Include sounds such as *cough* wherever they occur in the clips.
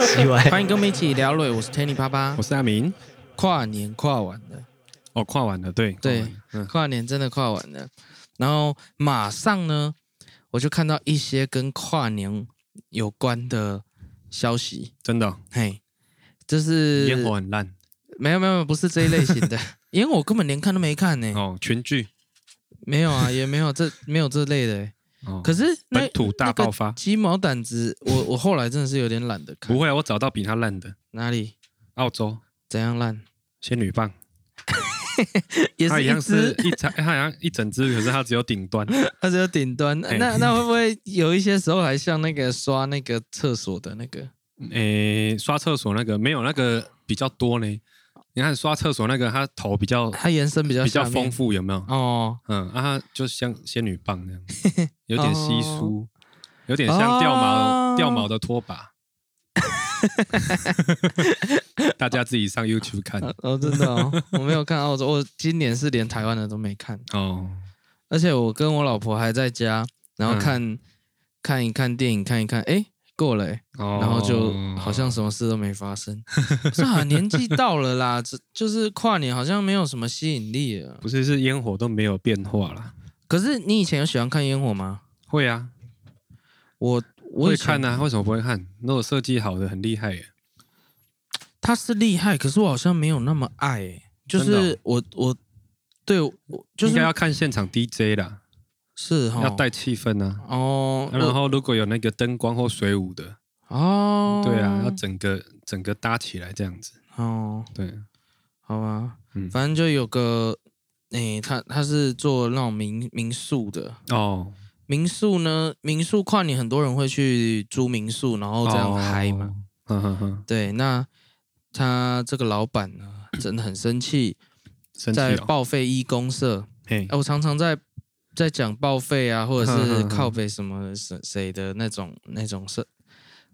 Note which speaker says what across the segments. Speaker 1: 奇怪，
Speaker 2: *laughs* 欢迎跟我们一起聊瑞，我是 Tenny 爸爸
Speaker 3: 我。是阿明。
Speaker 2: 跨年跨完了，
Speaker 3: 哦，跨完了，对
Speaker 2: 对
Speaker 3: 跨完了嗯，
Speaker 2: 跨年真的跨完了。然后马上呢，我就看到一些跟跨年有关的消息，
Speaker 3: 真的
Speaker 2: 嘿，就是
Speaker 3: 烟火很烂
Speaker 2: 没有没有没有不是这一类型
Speaker 3: *laughs*
Speaker 2: 的，因为我根本连看都没看呢、
Speaker 3: 哦，群聚
Speaker 2: 没有啊，也没有这没有这类的欸、
Speaker 3: 哦，
Speaker 2: 可是那
Speaker 3: 本土大爆发
Speaker 2: 那个鸡毛掸子，我我后来真的是有点懒得看
Speaker 3: 不。会啊，我找到比它烂的，
Speaker 2: 哪里
Speaker 3: 澳洲
Speaker 2: 怎样烂？
Speaker 3: 仙女棒，
Speaker 2: 也
Speaker 3: 它
Speaker 2: 是
Speaker 3: 一样是
Speaker 2: 只，
Speaker 3: 一长，它好像一整只，可是它只有顶
Speaker 2: *laughs*
Speaker 3: 端，
Speaker 2: 它只有顶端。那
Speaker 3: 哎
Speaker 2: 那那会不会有一些时候还像那个刷那个厕所的那个？
Speaker 3: 诶，刷厕所那个没有那个比较多呢。你看刷厕所那个，它头比较
Speaker 2: 它延伸比较
Speaker 3: 比较
Speaker 2: 下面
Speaker 3: 丰富，有没有？
Speaker 2: 哦，
Speaker 3: 嗯，啊，它就像仙女棒
Speaker 2: *laughs*
Speaker 3: 那样，有点稀疏，有点像掉
Speaker 2: 哦
Speaker 3: 毛掉毛的拖
Speaker 2: *laughs*
Speaker 3: 把。大家自己上 YouTube 看
Speaker 2: 呃哦，真
Speaker 3: *laughs*
Speaker 2: 的哦，我没有看澳洲，我今年是连台湾的都没看，
Speaker 3: 哦。
Speaker 2: 而且我跟我老婆还在家，然
Speaker 3: 嗯
Speaker 2: 后看、看一看电影，看一看，哎，够了诶，
Speaker 3: 哦
Speaker 2: 然后就好像什么事都没发生。是啊，年纪到了啦， *laughs* 这就是跨年好像没有什么吸引力了。
Speaker 3: 不是是烟火都没有变化啦。
Speaker 2: 可是你以前有喜欢看烟火吗？
Speaker 3: 会啊，
Speaker 2: 我我
Speaker 3: 会
Speaker 2: 以前
Speaker 3: 看啊，为什么不会看？那我设计好的很厉害耶。
Speaker 2: 他是厉害，可是我好像没有那么爱、欸，就
Speaker 3: 真的哦
Speaker 2: 是我、我对我就是
Speaker 3: 应该要看现场 DJ 啦，
Speaker 2: 是哈，
Speaker 3: 要带气氛啊。
Speaker 2: 哦，
Speaker 3: 啊然后如果有那个灯光或水舞的，
Speaker 2: 我哦，
Speaker 3: 对啊，要整个整个搭起来这样子。
Speaker 2: 哦，
Speaker 3: 对，
Speaker 2: 好吧，
Speaker 3: 嗯
Speaker 2: 反正就有个诶、他他是做那种民民宿的，
Speaker 3: 哦，
Speaker 2: 民宿呢，民宿跨年很多人会去租民宿，然后这样嗨嘛，
Speaker 3: 哦？呵呵呵，
Speaker 2: 对，那他这个老板呢，真的很生气，
Speaker 3: 生气
Speaker 2: 在
Speaker 3: 哦。
Speaker 2: 报废一公社。
Speaker 3: 嘿
Speaker 2: 哎、，我常常在在讲报废啊，或者是
Speaker 3: 哼哼哼
Speaker 2: 靠北什么谁谁的那种那种是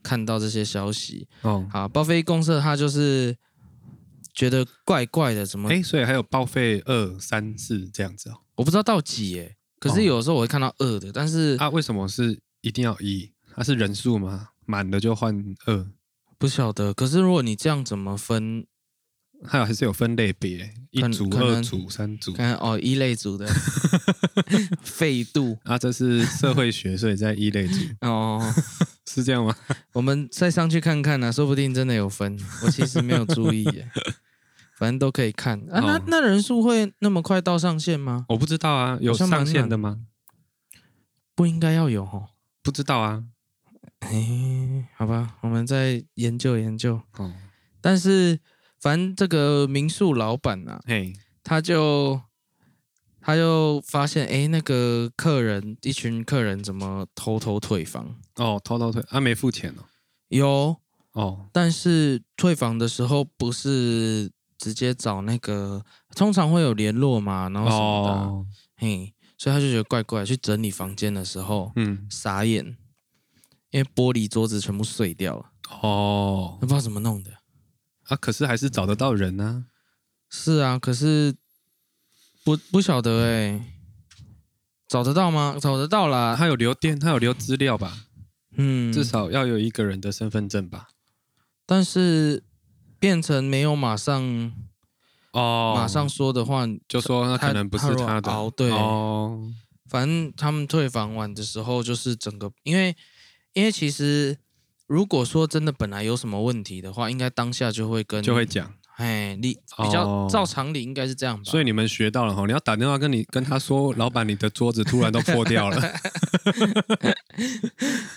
Speaker 2: 看到这些消息。
Speaker 3: 哦，
Speaker 2: 好，报废公社他就是觉得怪怪的，怎么、
Speaker 3: 哎，所以还有报废二三四这样子哦。
Speaker 2: 我不知道到几耶、可是
Speaker 3: 哦
Speaker 2: 有时候我会看到二的，但是
Speaker 3: 啊，为什么是一定要一？它是人数吗？满了就换二，
Speaker 2: 不晓得。可是如果你这样怎么分？
Speaker 3: 还有还是有分类别，一
Speaker 2: 可
Speaker 3: 组、
Speaker 2: 可能
Speaker 3: 二组、三组。
Speaker 2: 看哦，一类
Speaker 3: *laughs*
Speaker 2: 组的废度
Speaker 3: 啊，这是社会学，所以在一类组，
Speaker 2: *laughs* 哦，
Speaker 3: 是这样吗？
Speaker 2: 我们再上去看看呢、说不定真的有分。我其实没有注意耶，反正都可以看啊。那
Speaker 3: 哦
Speaker 2: 那人数会那么快到上限吗？
Speaker 3: 我不知道啊，有
Speaker 2: 好像蛮
Speaker 3: 上限的吗？
Speaker 2: 不应该要有哦。
Speaker 3: 不知道啊。
Speaker 2: 哎，好吧，我们再研究研究。
Speaker 3: 哦，
Speaker 2: 但是反正这个民宿老板啊，
Speaker 3: 嘿，
Speaker 2: 他就他就发现，哎，那个客人一群客人怎么偷偷退房？
Speaker 3: 哦，偷偷退，啊，没付钱哦。
Speaker 2: 有，
Speaker 3: 哦，
Speaker 2: 但是退房的时候不是直接找那个，通常会有联络嘛，然后什么的啊、
Speaker 3: 哦，
Speaker 2: 嘿，所以他就觉得怪怪。去整理房间的时候，
Speaker 3: 嗯，
Speaker 2: 傻眼，因为玻璃桌子全部碎掉了，
Speaker 3: 哦
Speaker 2: 都，不知道怎么弄的。
Speaker 3: 啊，可是还是找得到人啊。
Speaker 2: 是啊，可是不不晓得哎、找得到吗？找得到啦，
Speaker 3: 啊他有留电，他有留资料吧？
Speaker 2: 嗯，
Speaker 3: 至少要有一个人的身份证吧？
Speaker 2: 但是变成没有马上
Speaker 3: 哦，
Speaker 2: 马上说的话，
Speaker 3: 就说那
Speaker 2: 他
Speaker 3: 可能不
Speaker 2: 他
Speaker 3: 是
Speaker 2: 如果
Speaker 3: 他的。
Speaker 2: 熬对
Speaker 3: 哦，
Speaker 2: 反正他们退房晚的时候，就是整个，因为因为其实如果说真的本来有什么问题的话，应该当下就会跟
Speaker 3: 就会讲。
Speaker 2: 哎，你比较、
Speaker 3: 哦
Speaker 2: 照常理应该是这样吧。
Speaker 3: 所以你们学到了哈，你要打电话跟你跟他说，老板，你的桌子突然都破掉了。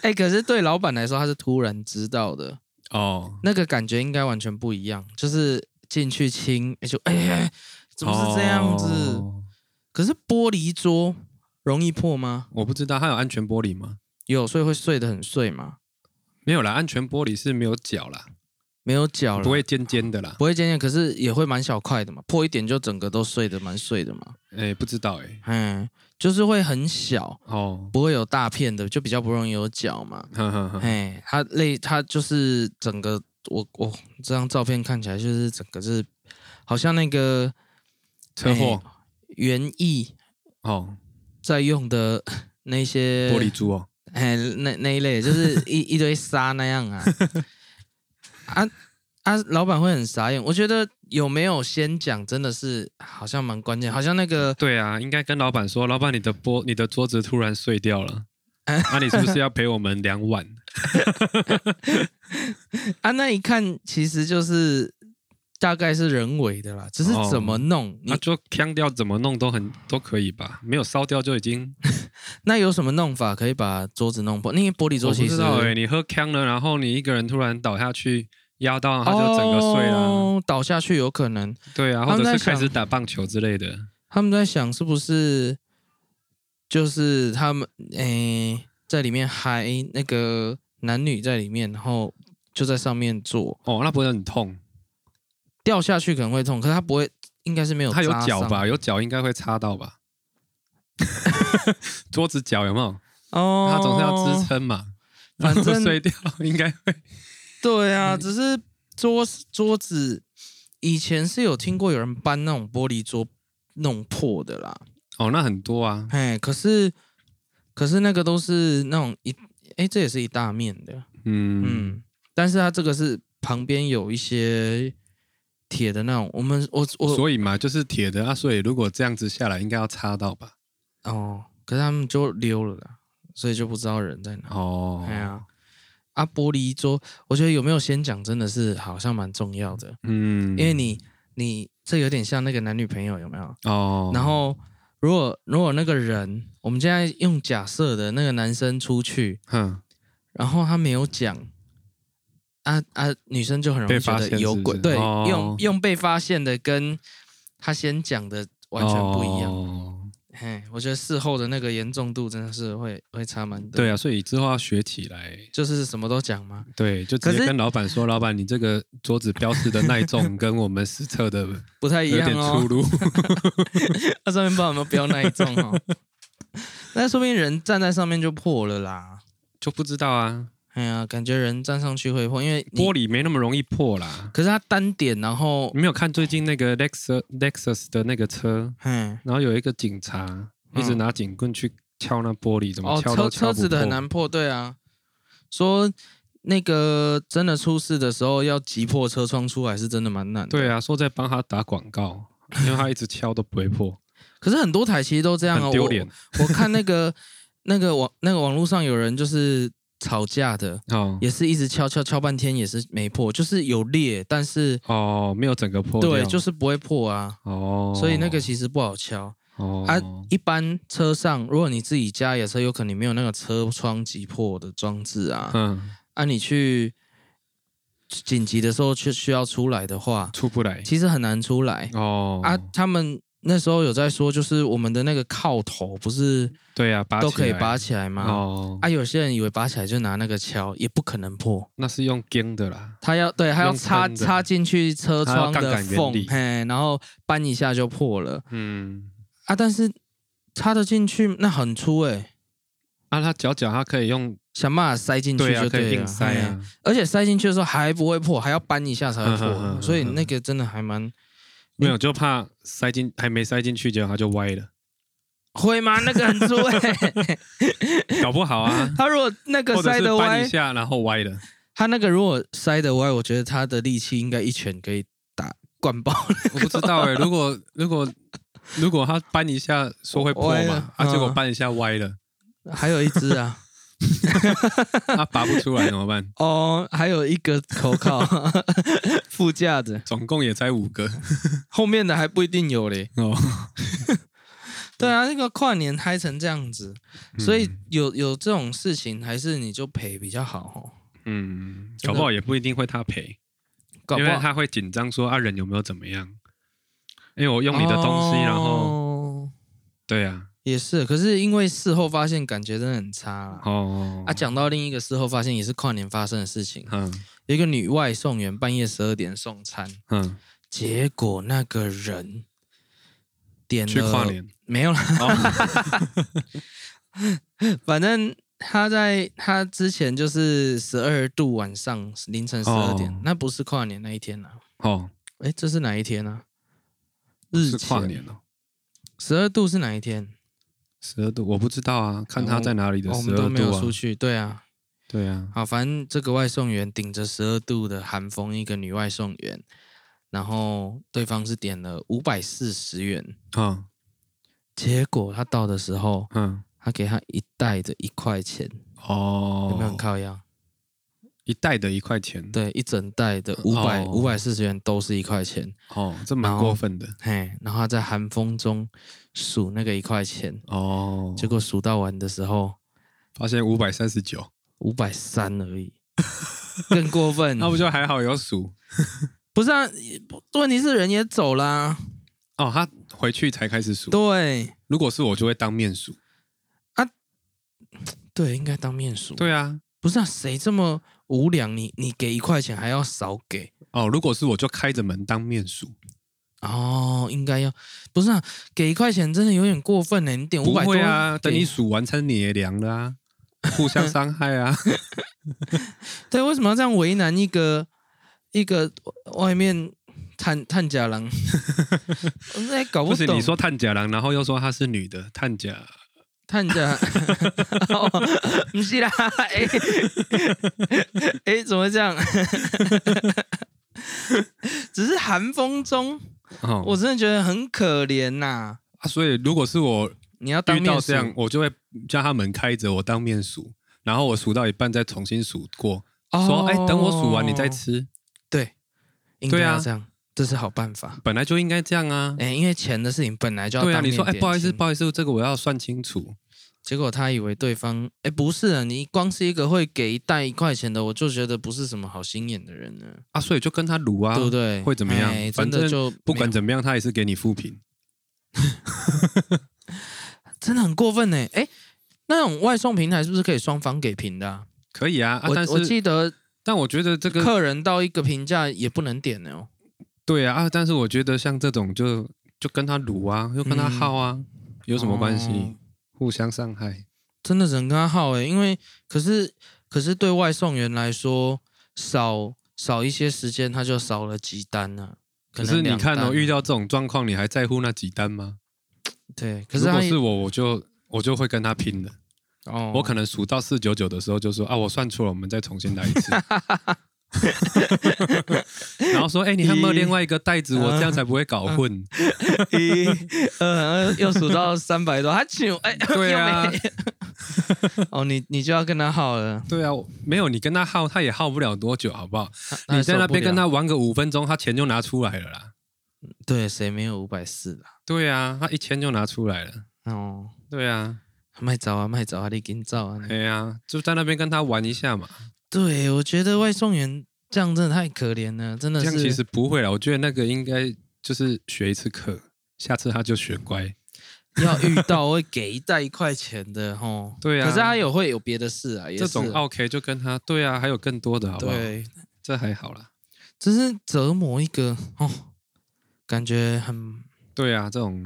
Speaker 2: 哎、可是对老板来说，他是突然知道的，
Speaker 3: 哦，
Speaker 2: 那个感觉应该完全不一样。就是进去亲，哎就哎、哎怎么是这样子？
Speaker 3: 哦
Speaker 2: 可是玻璃桌容易破吗？
Speaker 3: 我不知道，它有安全玻璃吗？
Speaker 2: 有，所以会碎得很碎嘛，
Speaker 3: 没有啦，安全玻璃是没有角啦，
Speaker 2: 没有角了，
Speaker 3: 不会尖尖的啦。
Speaker 2: 不会尖尖，可是也会蛮小块的嘛，破一点就整个都碎的蛮碎的嘛。
Speaker 3: 哎，不知道哎、
Speaker 2: 嗯，就是会很小，
Speaker 3: 哦，
Speaker 2: 不会有大片的，就比较不容易有角嘛。
Speaker 3: 呵呵呵，
Speaker 2: 哎，它类它就是整个，我我这张照片看起来就是整个是，好像那个
Speaker 3: 车祸
Speaker 2: 园艺
Speaker 3: 哦，
Speaker 2: 在用的 *laughs* 那些
Speaker 3: 玻璃，珠哦，
Speaker 2: 哎，那那一类就是一一堆沙那样
Speaker 3: *laughs*
Speaker 2: 啊，啊啊，老板会很傻眼。我觉得有没有先讲真的是好像蛮关键，好像那个
Speaker 3: 对啊，应该跟老板说，老板你的桌你的桌子突然碎掉
Speaker 2: *laughs*
Speaker 3: 了，那、你是不是要赔我们两碗？
Speaker 2: 啊那一看其实就是大概是人为的啦，只
Speaker 3: 哦
Speaker 2: 是怎么弄，你
Speaker 3: 那啊就腔调怎么弄都很都可以吧，没有烧掉就已经。
Speaker 2: 那有什么弄法可以把桌子弄破？那个玻璃
Speaker 3: 我
Speaker 2: 桌
Speaker 3: 不
Speaker 2: 其
Speaker 3: 知
Speaker 2: 实
Speaker 3: 道哎、你喝腔了，然后你一个人突然倒下去，压到它就整个碎了。
Speaker 2: 哦，倒下去有可能。
Speaker 3: 对啊，
Speaker 2: 他
Speaker 3: 或
Speaker 2: 们
Speaker 3: 者
Speaker 2: 在
Speaker 3: 是开
Speaker 2: 想
Speaker 3: 始打棒球之类的。
Speaker 2: 他们在想是不是就是他们诶、在里面嗨那个男女在里面，然后就在上面坐，
Speaker 3: 哦，那不会很痛？
Speaker 2: 掉下去可能会痛，可是他不会，应该是没有
Speaker 3: 它有
Speaker 2: 扎
Speaker 3: 脚
Speaker 2: 伤
Speaker 3: 吧？有脚应该会擦到吧？桌子脚有没有？
Speaker 2: 哦，
Speaker 3: 它总是要支撑嘛。
Speaker 2: 反正
Speaker 3: 如果 *laughs* 碎掉应该会。
Speaker 2: 对啊，只
Speaker 3: 嗯
Speaker 2: 是桌桌子以前是有听过有人搬那种玻璃桌弄破的啦，
Speaker 3: 哦，那很多啊。
Speaker 2: 哎，可是可是那个都是那种一哎，这也是一大面的，
Speaker 3: 嗯
Speaker 2: 嗯，但是它这个是旁边有一些铁的那种，我们我我
Speaker 3: 所以嘛，就是铁的啊，所以如果这样子下来，应该要擦到吧？
Speaker 2: 哦，可是他们就溜了啦，所以就不知道人在哪。
Speaker 3: 哦，
Speaker 2: 哎呀，啊，玻璃桌，我觉得有没有先讲真的是好像蛮重要的，
Speaker 3: 嗯，
Speaker 2: 因为你你这有点像那个男女朋友有没有？
Speaker 3: 哦，
Speaker 2: 然后如果如果那个人，我们现在用假设的那个男生出去，
Speaker 3: 哼，
Speaker 2: 然后他没有讲，啊啊，女生就很容易
Speaker 3: 被
Speaker 2: 觉
Speaker 3: 发
Speaker 2: 得
Speaker 3: 现
Speaker 2: 有
Speaker 3: 是不
Speaker 2: 鬼。
Speaker 3: 是
Speaker 2: 对，
Speaker 3: 哦
Speaker 2: 用用被发现的跟他先讲的完全不一样。
Speaker 3: 哦、
Speaker 2: 嘿，我觉得事后的那个严重度真的是会会差蛮多。
Speaker 3: 对
Speaker 2: 啊，
Speaker 3: 啊，所以之后要学起来。
Speaker 2: 就是什么都讲嘛。
Speaker 3: 对，就
Speaker 2: 可
Speaker 3: 直
Speaker 2: 是
Speaker 3: 接跟老板说，老板，你这个桌子标示的耐重 *laughs* 跟我们实测的
Speaker 2: 不太一
Speaker 3: 有
Speaker 2: 样
Speaker 3: 点出
Speaker 2: 哦。
Speaker 3: 入。
Speaker 2: 那 *laughs* 上面不知道有没有标那一种哦。 *laughs* 那说明人站在上面就破了啦。
Speaker 3: 就不知道啊，
Speaker 2: 哎呀，感觉人站上去会破，因为你
Speaker 3: 玻璃没那么容易破啦。
Speaker 2: 可是他单点，然后
Speaker 3: 你没有看最近那个 Lexus Lexus 的那个车，
Speaker 2: 嗯，
Speaker 3: 然后有一个警察一直拿警棍去敲那玻璃，怎么
Speaker 2: 哦，
Speaker 3: 敲
Speaker 2: 车
Speaker 3: 都敲
Speaker 2: 车
Speaker 3: 不破。
Speaker 2: 子的很难破，对啊。说那个真的出事的时候要急破车窗出来，是真的蛮难的。
Speaker 3: 对，啊，说在帮他打广告，因为他一直敲都不会
Speaker 2: *laughs*
Speaker 3: 破，
Speaker 2: 可是很多台其实都这样啊，
Speaker 3: 很丢脸。
Speaker 2: 我。我看那个那个网那个网络上有人就是吵架的，
Speaker 3: 哦
Speaker 2: 也是一直敲敲敲半天也是没破，就是有裂，但是
Speaker 3: 哦，没有整个破掉。
Speaker 2: 对就是不会破啊。
Speaker 3: 哦，
Speaker 2: 所以那个其实不好敲
Speaker 3: 哦
Speaker 2: 啊。一般车上，如果你自己家里的车，有可能你没有那个车窗击破的装置啊。
Speaker 3: 嗯，
Speaker 2: 啊，你去紧急的时候去需要出来的话，
Speaker 3: 出不来
Speaker 2: 其实很难出来、
Speaker 3: 哦
Speaker 2: 啊。他们那时候有在说，就是我们的那个靠头不是
Speaker 3: 对啊，拔
Speaker 2: 都可以
Speaker 3: 起来
Speaker 2: 拔起来吗？
Speaker 3: 哦，
Speaker 2: 啊，有些人以为拔起来就拿那个敲，也不可能破。
Speaker 3: 那是用钉的啦，
Speaker 2: 他要对，他要
Speaker 3: 用
Speaker 2: 插
Speaker 3: 撑的
Speaker 2: 插进去车
Speaker 3: 它要
Speaker 2: 窗
Speaker 3: 杠
Speaker 2: 的
Speaker 3: 杆原
Speaker 2: 缝，
Speaker 3: 理
Speaker 2: 嘿，然后扳一下就破了
Speaker 3: 嗯，
Speaker 2: 啊。但是插得进去那很粗哎、
Speaker 3: 啊，它脚脚它可以用，
Speaker 2: 想办法塞进去
Speaker 3: 对啊，
Speaker 2: 就
Speaker 3: 可以
Speaker 2: 对了，
Speaker 3: 硬塞
Speaker 2: 嘿
Speaker 3: 啊，
Speaker 2: 而且塞进去的时候还不会破，还要扳一下才会
Speaker 3: *laughs*
Speaker 2: 破，
Speaker 3: 嗯哼嗯哼
Speaker 2: 所以那个真的还蛮
Speaker 3: 没有就怕塞进还没塞进去，结果它就歪
Speaker 2: *laughs*
Speaker 3: 了，
Speaker 2: 会吗？那个很
Speaker 3: *laughs*
Speaker 2: 粗哎、，
Speaker 3: 搞不好啊
Speaker 2: *laughs* 他如果那个
Speaker 3: 或者
Speaker 2: 塞
Speaker 3: 是
Speaker 2: 的
Speaker 3: 搬
Speaker 2: 歪
Speaker 3: 一，下然后歪了，
Speaker 2: 他那个如果塞的歪，我觉得他的力气应该一拳可以打灌爆。 *laughs*
Speaker 3: 我不知道哎，如果如果如果它搬一下说会破
Speaker 2: 歪了
Speaker 3: 嘛，啊，结果
Speaker 2: 嗯
Speaker 3: 搬一下歪了，
Speaker 2: 还有一只啊， *laughs*
Speaker 3: 它啊拔不出来 *laughs* 怎么办？
Speaker 2: 哦，还有一个口靠 *laughs* 副驾的，
Speaker 3: 总共也才五个
Speaker 2: *laughs* 后面的还不一定有嘞。
Speaker 3: 哦，
Speaker 2: 对啊，那个跨年嗨成这样子，所以
Speaker 3: 嗯
Speaker 2: 有有这种事情，还是你就赔比较好哦。
Speaker 3: 嗯，搞不好也不一定会他赔。
Speaker 2: 搞不
Speaker 3: 因为
Speaker 2: 好
Speaker 3: 他会紧张说啊人有没有怎么样？因为我用你的东西，然后
Speaker 2: 哦
Speaker 3: 对啊，
Speaker 2: 也是，可是因为事后发现感觉真的很差啦。
Speaker 3: 哦
Speaker 2: 啊，讲到另一个事后发现也是跨年发生的事情，
Speaker 3: 嗯
Speaker 2: 有一个女外送员半夜十二点送餐，
Speaker 3: 嗯，
Speaker 2: 结果那个人点了
Speaker 3: 去跨
Speaker 2: *laughs*
Speaker 3: 年
Speaker 2: 没有啦，
Speaker 3: 哦
Speaker 2: 反正他在他之前就是十二度晚上凌晨十二点，
Speaker 3: 哦
Speaker 2: 那不是跨年那一天啦、啊，
Speaker 3: 哦
Speaker 2: 哎，这是哪一天啊？日
Speaker 3: 是跨年哦，
Speaker 2: 十二度是哪一天？
Speaker 3: 十二度我不知道啊，看他在哪里的
Speaker 2: 哦我
Speaker 3: 十
Speaker 2: 们
Speaker 3: 二
Speaker 2: 都没
Speaker 3: 度
Speaker 2: 有
Speaker 3: 啊
Speaker 2: 出。去。对啊，
Speaker 3: 对啊，
Speaker 2: 好，反正这个外送员顶着十二度的寒风，一个女外送员，然后对方是点了五百四十元，
Speaker 3: 啊
Speaker 2: 结果他到的时候，
Speaker 3: 嗯
Speaker 2: 他给他一袋的一块钱，有没有很
Speaker 3: 哦，
Speaker 2: 靠腰？
Speaker 3: 一袋的一块钱，
Speaker 2: 对，一整袋的五百
Speaker 3: 哦
Speaker 2: 五百四十元都是一块钱，
Speaker 3: 哦，这蛮过分的
Speaker 2: 嘿，然后他在寒风中数那个一块钱，
Speaker 3: 哦。
Speaker 2: 结果数到完的时候
Speaker 3: 发现五百三十九，
Speaker 2: 五百三
Speaker 3: *laughs*
Speaker 2: 而已，更过分。
Speaker 3: 那不就还好有数
Speaker 2: 不是啊？也不问题是人也走啦，
Speaker 3: 哦？他回去才开始数，
Speaker 2: 对
Speaker 3: 如果是我就会当面数。
Speaker 2: 对，应该当面数。
Speaker 3: 对啊，
Speaker 2: 不是啊，谁这么无良？你你给一块钱还要少给
Speaker 3: 哦，如果是我就开着门当面数，
Speaker 2: 哦？应该要不是啊？给一块钱真的有点过分呢。欸你点
Speaker 3: 不
Speaker 2: 五百多
Speaker 3: 会啊，
Speaker 2: 给
Speaker 3: 等你数完餐你也凉了
Speaker 2: *laughs*
Speaker 3: 啊，互相伤害啊。
Speaker 2: 对，为什么要这样为难一个一个外面探探假郎？ *laughs* 我在搞
Speaker 3: 不是
Speaker 2: 懂。
Speaker 3: 你说探假郎，然后又说她是女的，探假
Speaker 2: 探假， *laughs* 哦不是啦， *laughs* 哎、哎、怎么会这样？ *laughs* 只是寒风中，
Speaker 3: 哦，
Speaker 2: 我真的觉得很可怜呐、
Speaker 3: 啊所以如果是我
Speaker 2: 你要当
Speaker 3: 遇到
Speaker 2: 面数
Speaker 3: 这样，我就会叫他门开着，我当面数，然后我数到一半再重新数过，说哎、等我数完你再
Speaker 2: 哦
Speaker 3: 吃，
Speaker 2: 对，应该
Speaker 3: 对啊
Speaker 2: 要这样，这是好办法。
Speaker 3: 本来就应该这样啊。
Speaker 2: 哎、因为钱的事情本来就要
Speaker 3: 对啊，
Speaker 2: 当面
Speaker 3: 你说哎、
Speaker 2: 点
Speaker 3: 不好意思，
Speaker 2: 清
Speaker 3: 不好意思，这个我要算清楚。
Speaker 2: 结果他以为对方，哎、不是啊，你光是一个会给一袋一块钱的，我就觉得不是什么好心眼的人呢，
Speaker 3: 啊，所以就跟他撸啊，
Speaker 2: 对不对？
Speaker 3: 会怎么样
Speaker 2: 哎真
Speaker 3: 反
Speaker 2: 的
Speaker 3: 正
Speaker 2: 就
Speaker 3: 不管
Speaker 2: 没有
Speaker 3: 怎么样，他也是给你复评。
Speaker 2: 真的很过分呢。哎、那种外送平台是不是可以双方给评的啊、
Speaker 3: 可以啊，啊但
Speaker 2: 我我
Speaker 3: 是
Speaker 2: 记得
Speaker 3: 但我觉得这个
Speaker 2: 客人到一个评价也不能点的哦。
Speaker 3: 对啊啊，但是我觉得像这种就就跟他撸啊，就跟他耗啊，有什么关系？
Speaker 2: 嗯哦
Speaker 3: 互相伤害。
Speaker 2: 真的只能跟他耗哎、因为可是可是对外送员来说，少少一些时间，他就少了几单呢、啊。
Speaker 3: 可
Speaker 2: 能
Speaker 3: 是你
Speaker 2: 两
Speaker 3: 看
Speaker 2: 单
Speaker 3: 哦，
Speaker 2: 啊
Speaker 3: 遇到这种状况，你还在乎那几单吗？
Speaker 2: 对，可是
Speaker 3: 如
Speaker 2: 他
Speaker 3: 果是我，我就我就会跟他拼的。
Speaker 2: 哦，
Speaker 3: 我可能数到四九九的时候就说啊，我算错了，我们再重新来一 *laughs* 次。然后说，哎、你还有没有另外一个袋子？我这样才不会搞混。
Speaker 2: *laughs* 一、二，又数到三百多，他请哎，
Speaker 3: *laughs* 对啊
Speaker 2: 又没， *laughs* 哦，你你就要跟他耗了，
Speaker 3: 对啊，没有你跟他耗，他也耗不了多久，好不好？
Speaker 2: 那
Speaker 3: 你在那边跟他
Speaker 2: 受
Speaker 3: 玩个五分钟，他钱就拿出来了啦。
Speaker 2: 不了对，谁没有五百四的？
Speaker 3: 对啊，他一千就拿出来了。
Speaker 2: 哦，
Speaker 3: 对啊，
Speaker 2: 卖早啊，卖早啊，你紧早啊！
Speaker 3: 哎呀、就在那边跟他玩一下嘛。
Speaker 2: 对，我觉得外送员这样真的太可怜了，真的
Speaker 3: 这样
Speaker 2: 是。
Speaker 3: 其实不会啦，我觉得那个应该就是学一次课，下次他就学乖。
Speaker 2: 要遇到会给一袋一块钱的吼。
Speaker 3: 对啊
Speaker 2: 可是他有会有别的事啊，也是
Speaker 3: 这种 OK 就跟他对啊，还有更多的好不好？
Speaker 2: 对，
Speaker 3: 这还好啦。
Speaker 2: 只是折磨一个哦，感觉很
Speaker 3: 对啊，这种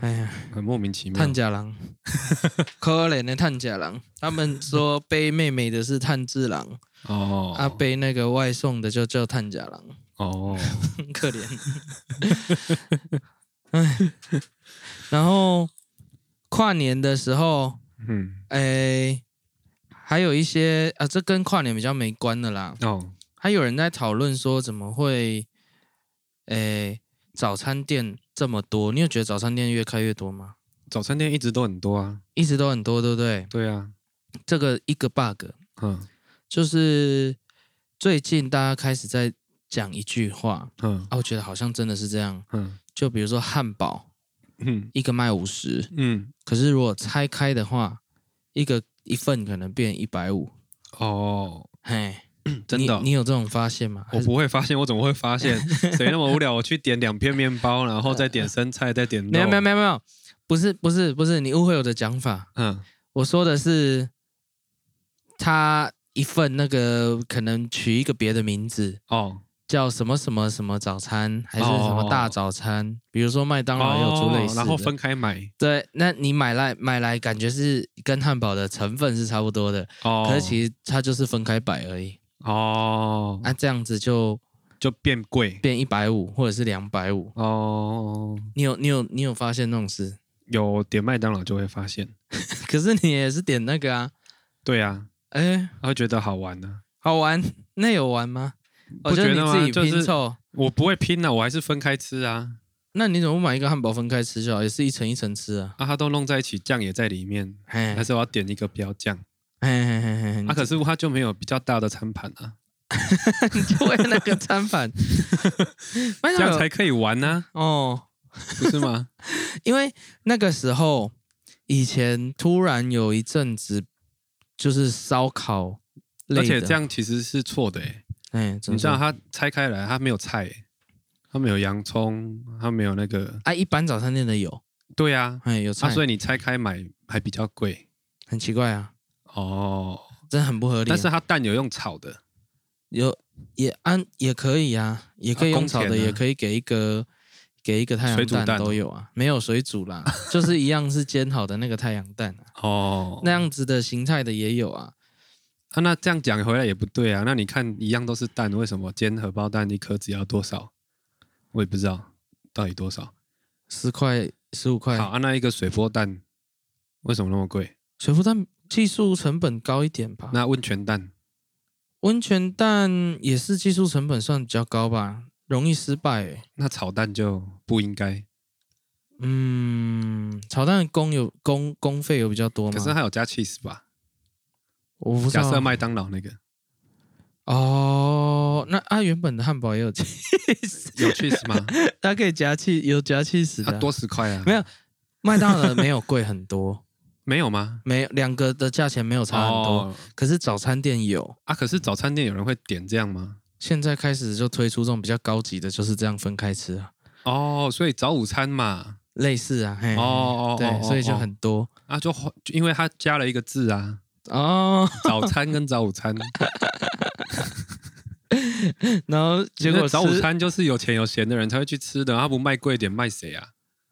Speaker 2: 哎呀，
Speaker 3: 很莫名其妙。
Speaker 2: 探
Speaker 3: *laughs*
Speaker 2: 假郎，可怜的探假郎。他们说背妹妹的是炭治郎，
Speaker 3: 哦，
Speaker 2: 啊，背那个外送的就叫探假郎，
Speaker 3: 哦，
Speaker 2: 很可怜。
Speaker 3: *laughs*
Speaker 2: 哎，然后跨年的时候，
Speaker 3: 嗯，
Speaker 2: 哎，还有一些啊，这跟跨年比较没关的啦。
Speaker 3: 哦，
Speaker 2: 还有人在讨论说，怎么会，诶，早餐店这么多？你有觉得早餐店越开越多吗？
Speaker 3: 早餐店一直都很多啊。
Speaker 2: 一直都很多，对不对？
Speaker 3: 对啊，
Speaker 2: 这个一个 bug
Speaker 3: 嗯
Speaker 2: 就是最近大家开始在讲一句话
Speaker 3: 嗯
Speaker 2: 啊，我觉得好像真的是这样。
Speaker 3: 嗯
Speaker 2: 就比如说汉堡
Speaker 3: 嗯
Speaker 2: 一个卖五十，
Speaker 3: 嗯，
Speaker 2: 可是如果拆开的话，一个一份可能变一百五。
Speaker 3: 哦， *clears throat*
Speaker 2: 嘿，
Speaker 3: 真的哦、
Speaker 2: 你，你有这种发现吗？还
Speaker 3: 我
Speaker 2: 是
Speaker 3: 不会发现，我怎么会发
Speaker 2: *laughs*
Speaker 3: 现？谁那么无聊？我去点两片面包，然后再点生菜，再点肉
Speaker 2: 没有没有没有没有，不是不是不是，你误会我的讲法。
Speaker 3: 嗯
Speaker 2: 我说的是，他一份那个可能取一个别的名字，
Speaker 3: 哦
Speaker 2: 叫什么什么什么早餐，还是什么大早餐？比如说麦当劳也哦有出类似的、
Speaker 3: 哦然后分开买
Speaker 2: 对，那你买来买来，感觉是跟汉堡的成分是差不多的，
Speaker 3: 哦，
Speaker 2: 可是其实它就是分开摆而已。
Speaker 3: 哦
Speaker 2: 那、这样子就
Speaker 3: 就变贵
Speaker 2: 变一百五或者是两百五。
Speaker 3: 哦，
Speaker 2: 你有你有你有发现那种事？ *laughs*
Speaker 3: 有点麦当劳就会发现，
Speaker 2: 可是你也是点那个啊，
Speaker 3: 对啊，
Speaker 2: 哎、
Speaker 3: 他会觉得好玩啊呢、
Speaker 2: 好玩， *laughs* 那有玩吗？我
Speaker 3: 不
Speaker 2: 觉
Speaker 3: 觉
Speaker 2: 得
Speaker 3: 得
Speaker 2: 你
Speaker 3: 吗
Speaker 2: 自己
Speaker 3: 就
Speaker 2: 拼
Speaker 3: 是
Speaker 2: 凑，
Speaker 3: 我不会拼啊，我还是分开吃啊，
Speaker 2: 那你怎么不买一个汉堡分开吃就好？也是一层一层
Speaker 3: *laughs*
Speaker 2: 吃啊。
Speaker 3: 啊，它都弄在一起，酱也在里面，
Speaker 2: 哎
Speaker 3: 还是我要点一个标酱？
Speaker 2: 哎哎哎哎，
Speaker 3: 啊，可是它就没有比较大的餐盘啊，
Speaker 2: 你就为那个餐
Speaker 3: *laughs*
Speaker 2: 盘，麦
Speaker 3: 这
Speaker 2: 当
Speaker 3: 样
Speaker 2: 劳
Speaker 3: 才可以玩
Speaker 2: *laughs*
Speaker 3: 呢、
Speaker 2: 哦。
Speaker 3: 不是吗？
Speaker 2: 因为那个时候，以前突然有一阵子就是烧烤类的，
Speaker 3: 而且这样其实是错的、欸，
Speaker 2: 哎，
Speaker 3: 你
Speaker 2: 怎么
Speaker 3: 知
Speaker 2: 说
Speaker 3: 道它拆开来，它没有菜、欸，它没有洋葱，它没有那个，
Speaker 2: 啊，一般早餐店的有，
Speaker 3: 对啊，
Speaker 2: 哎，有菜，
Speaker 3: 啊，所以你拆开买还比较贵
Speaker 2: 很奇怪啊，
Speaker 3: 哦。
Speaker 2: 真的很不合理啊、
Speaker 3: 但是它蛋有用炒的，
Speaker 2: 有也安也可以啊，也可以
Speaker 3: 啊
Speaker 2: 用
Speaker 3: 工
Speaker 2: 炒
Speaker 3: 钱
Speaker 2: 的，
Speaker 3: 呢
Speaker 2: 也可以给一个给一个太
Speaker 3: 水
Speaker 2: 阳
Speaker 3: 煮蛋
Speaker 2: 都
Speaker 3: 哦
Speaker 2: 有啊，没有水煮啦，就是一样是煎好的那个太阳蛋啊，
Speaker 3: 哦，
Speaker 2: 那样子的形态的也有啊，
Speaker 3: 啊，那这样讲回来也不对啊。那你看，一样都是蛋，为什么煎荷包蛋一颗只要多少？我也不知道到底多少。
Speaker 2: 十块十五块
Speaker 3: 好，，啊，那一个水波蛋为什么那么贵？
Speaker 2: 水浮蛋技术成本高一点吧。
Speaker 3: 那温泉蛋
Speaker 2: 温泉蛋也是技术成本算比较高吧，容易失败、欸。
Speaker 3: 那炒蛋就不应该，
Speaker 2: 嗯，炒蛋的工有工工费有比较多吗？
Speaker 3: 可是它有加 cheese 吧？
Speaker 2: 我不知
Speaker 3: 假设
Speaker 2: 道
Speaker 3: 麦当劳那
Speaker 2: *laughs*
Speaker 3: 个
Speaker 2: 哦。那啊，原本的汉堡也有加，
Speaker 3: 有 cheese 吗？
Speaker 2: 它可以夹气，有夹气死的
Speaker 3: 它
Speaker 2: 啊、
Speaker 3: 多十块啊？
Speaker 2: 没有麦当劳的没有贵很多， *laughs*
Speaker 3: 没有吗？
Speaker 2: 没有两个的价钱没有差很多，
Speaker 3: 哦
Speaker 2: 可是早餐店有。
Speaker 3: 啊，可是早餐店有人会点这样吗？
Speaker 2: 现在开始就推出这种比较高级的，就是这样分开吃啊，
Speaker 3: 哦，所以早午餐嘛，
Speaker 2: 类似啊，嘿，
Speaker 3: 哦哦哦
Speaker 2: 对，
Speaker 3: 哦
Speaker 2: 所以就
Speaker 3: 哦
Speaker 2: 很多
Speaker 3: 啊，就花就因为它加了一个字
Speaker 2: *laughs*
Speaker 3: 啊，
Speaker 2: 哦。
Speaker 3: 早餐跟早午餐，
Speaker 2: 然后 *laughs* 结果
Speaker 3: 那早午
Speaker 2: 吃
Speaker 3: 餐就是有钱有闲的人才会去吃的，他啊不卖贵一点卖谁啊？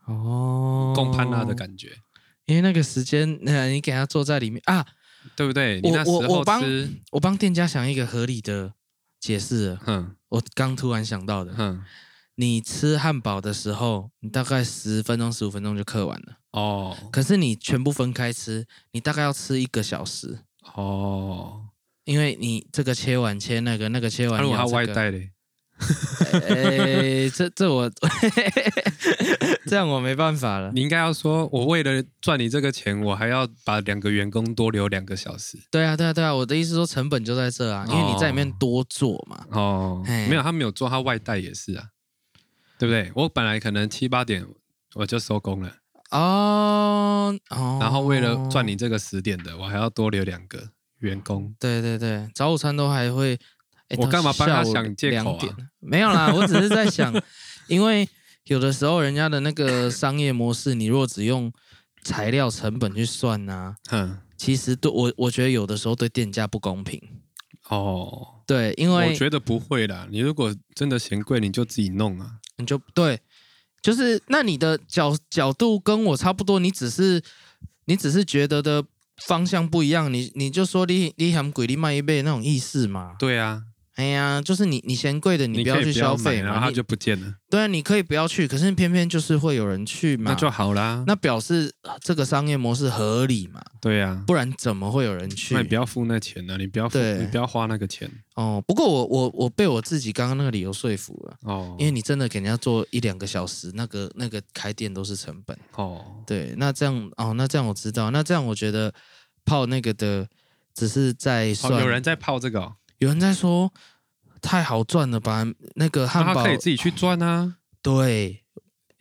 Speaker 2: 哦，
Speaker 3: 共攀拉啊的感觉，
Speaker 2: 因为那个时间，呃，你给他坐在里面啊，
Speaker 3: 对不对？
Speaker 2: 我
Speaker 3: 你那时
Speaker 2: 我我帮
Speaker 3: 候吃，
Speaker 2: 我帮店家想一个合理的解释了，
Speaker 3: 哼
Speaker 2: 我刚突然想到的，
Speaker 3: 哼，
Speaker 2: 你吃汉堡的时候，你大概十分钟、十五分钟就嗑完了，
Speaker 3: 哦
Speaker 2: 可是你全部分开吃，你大概要吃一个小时，
Speaker 3: 哦，
Speaker 2: 因为你这个切完切那个，那个切
Speaker 3: 那
Speaker 2: 完
Speaker 3: 啊如
Speaker 2: 咬
Speaker 3: 果他
Speaker 2: 这
Speaker 3: 外
Speaker 2: 个
Speaker 3: 带嘞，
Speaker 2: 哎，这这我 *laughs* 这样我没办法了。
Speaker 3: 你应该要说，我为了赚你这个钱，我还要把两个员工多留两个小时。
Speaker 2: 对啊，对啊，对啊，我的意思说成本就在这啊，因为你在里面
Speaker 3: 哦
Speaker 2: 多做嘛。
Speaker 3: 哦
Speaker 2: 嘿，
Speaker 3: 没有，他没有做，他外带也是啊，对不对？我本来可能七八点我就收工了，
Speaker 2: 哦，哦
Speaker 3: 然后为了赚，你这个十点的，我还要多留两个员工。
Speaker 2: 对对对，早午餐都还会。诶
Speaker 3: 我
Speaker 2: 到
Speaker 3: 干嘛帮他
Speaker 2: 下午
Speaker 3: 想借口啊
Speaker 2: 2点？没有啦，我只是在想，因为有的时候人家的那个商业模式，你如果只用材料成本去算呐、
Speaker 3: 哼，
Speaker 2: 其实对我我觉得有的时候对店家不公平。
Speaker 3: 哦，
Speaker 2: 对，因
Speaker 3: 我
Speaker 2: 为
Speaker 3: 觉得不会啦。你如果真的嫌贵，你就自己弄啊。
Speaker 2: 你就对，就是那你的角角度跟我差不多，你只是你只是觉得的方向不一样，你你就说你你喊鬼力卖一倍那种意思嘛。
Speaker 3: 对啊，
Speaker 2: 哎呀，就是你你嫌贵的，你不
Speaker 3: 可
Speaker 2: 要
Speaker 3: 以
Speaker 2: 去消
Speaker 3: 买啊
Speaker 2: 费
Speaker 3: 然
Speaker 2: 嘛。
Speaker 3: 后它
Speaker 2: 你
Speaker 3: 就不见了，
Speaker 2: 对啊，你可以不要去，可是偏偏就是会有人去嘛。
Speaker 3: 那就好啦。
Speaker 2: 那表示呃这个商业模式合理嘛，
Speaker 3: 对啊，
Speaker 2: 不然怎么会有人去
Speaker 3: 那你？不要付那钱啊了，你不要付，
Speaker 2: 对
Speaker 3: 你不要花那个钱
Speaker 2: 哦，不过我我我被我自己刚刚那个理由说服了，
Speaker 3: 哦。
Speaker 2: 因为你真的给人家做一两个小时，那个那个开店都是成本。
Speaker 3: 哦，
Speaker 2: 对，那这样哦，那这样我知道，那这样我觉得泡那个的只是在算，
Speaker 3: 哦有人在泡这个哦，
Speaker 2: 有人在说太好赚了吧？那个
Speaker 3: 那
Speaker 2: 汉
Speaker 3: 他
Speaker 2: 堡
Speaker 3: 可以自己去赚啊。
Speaker 2: 对，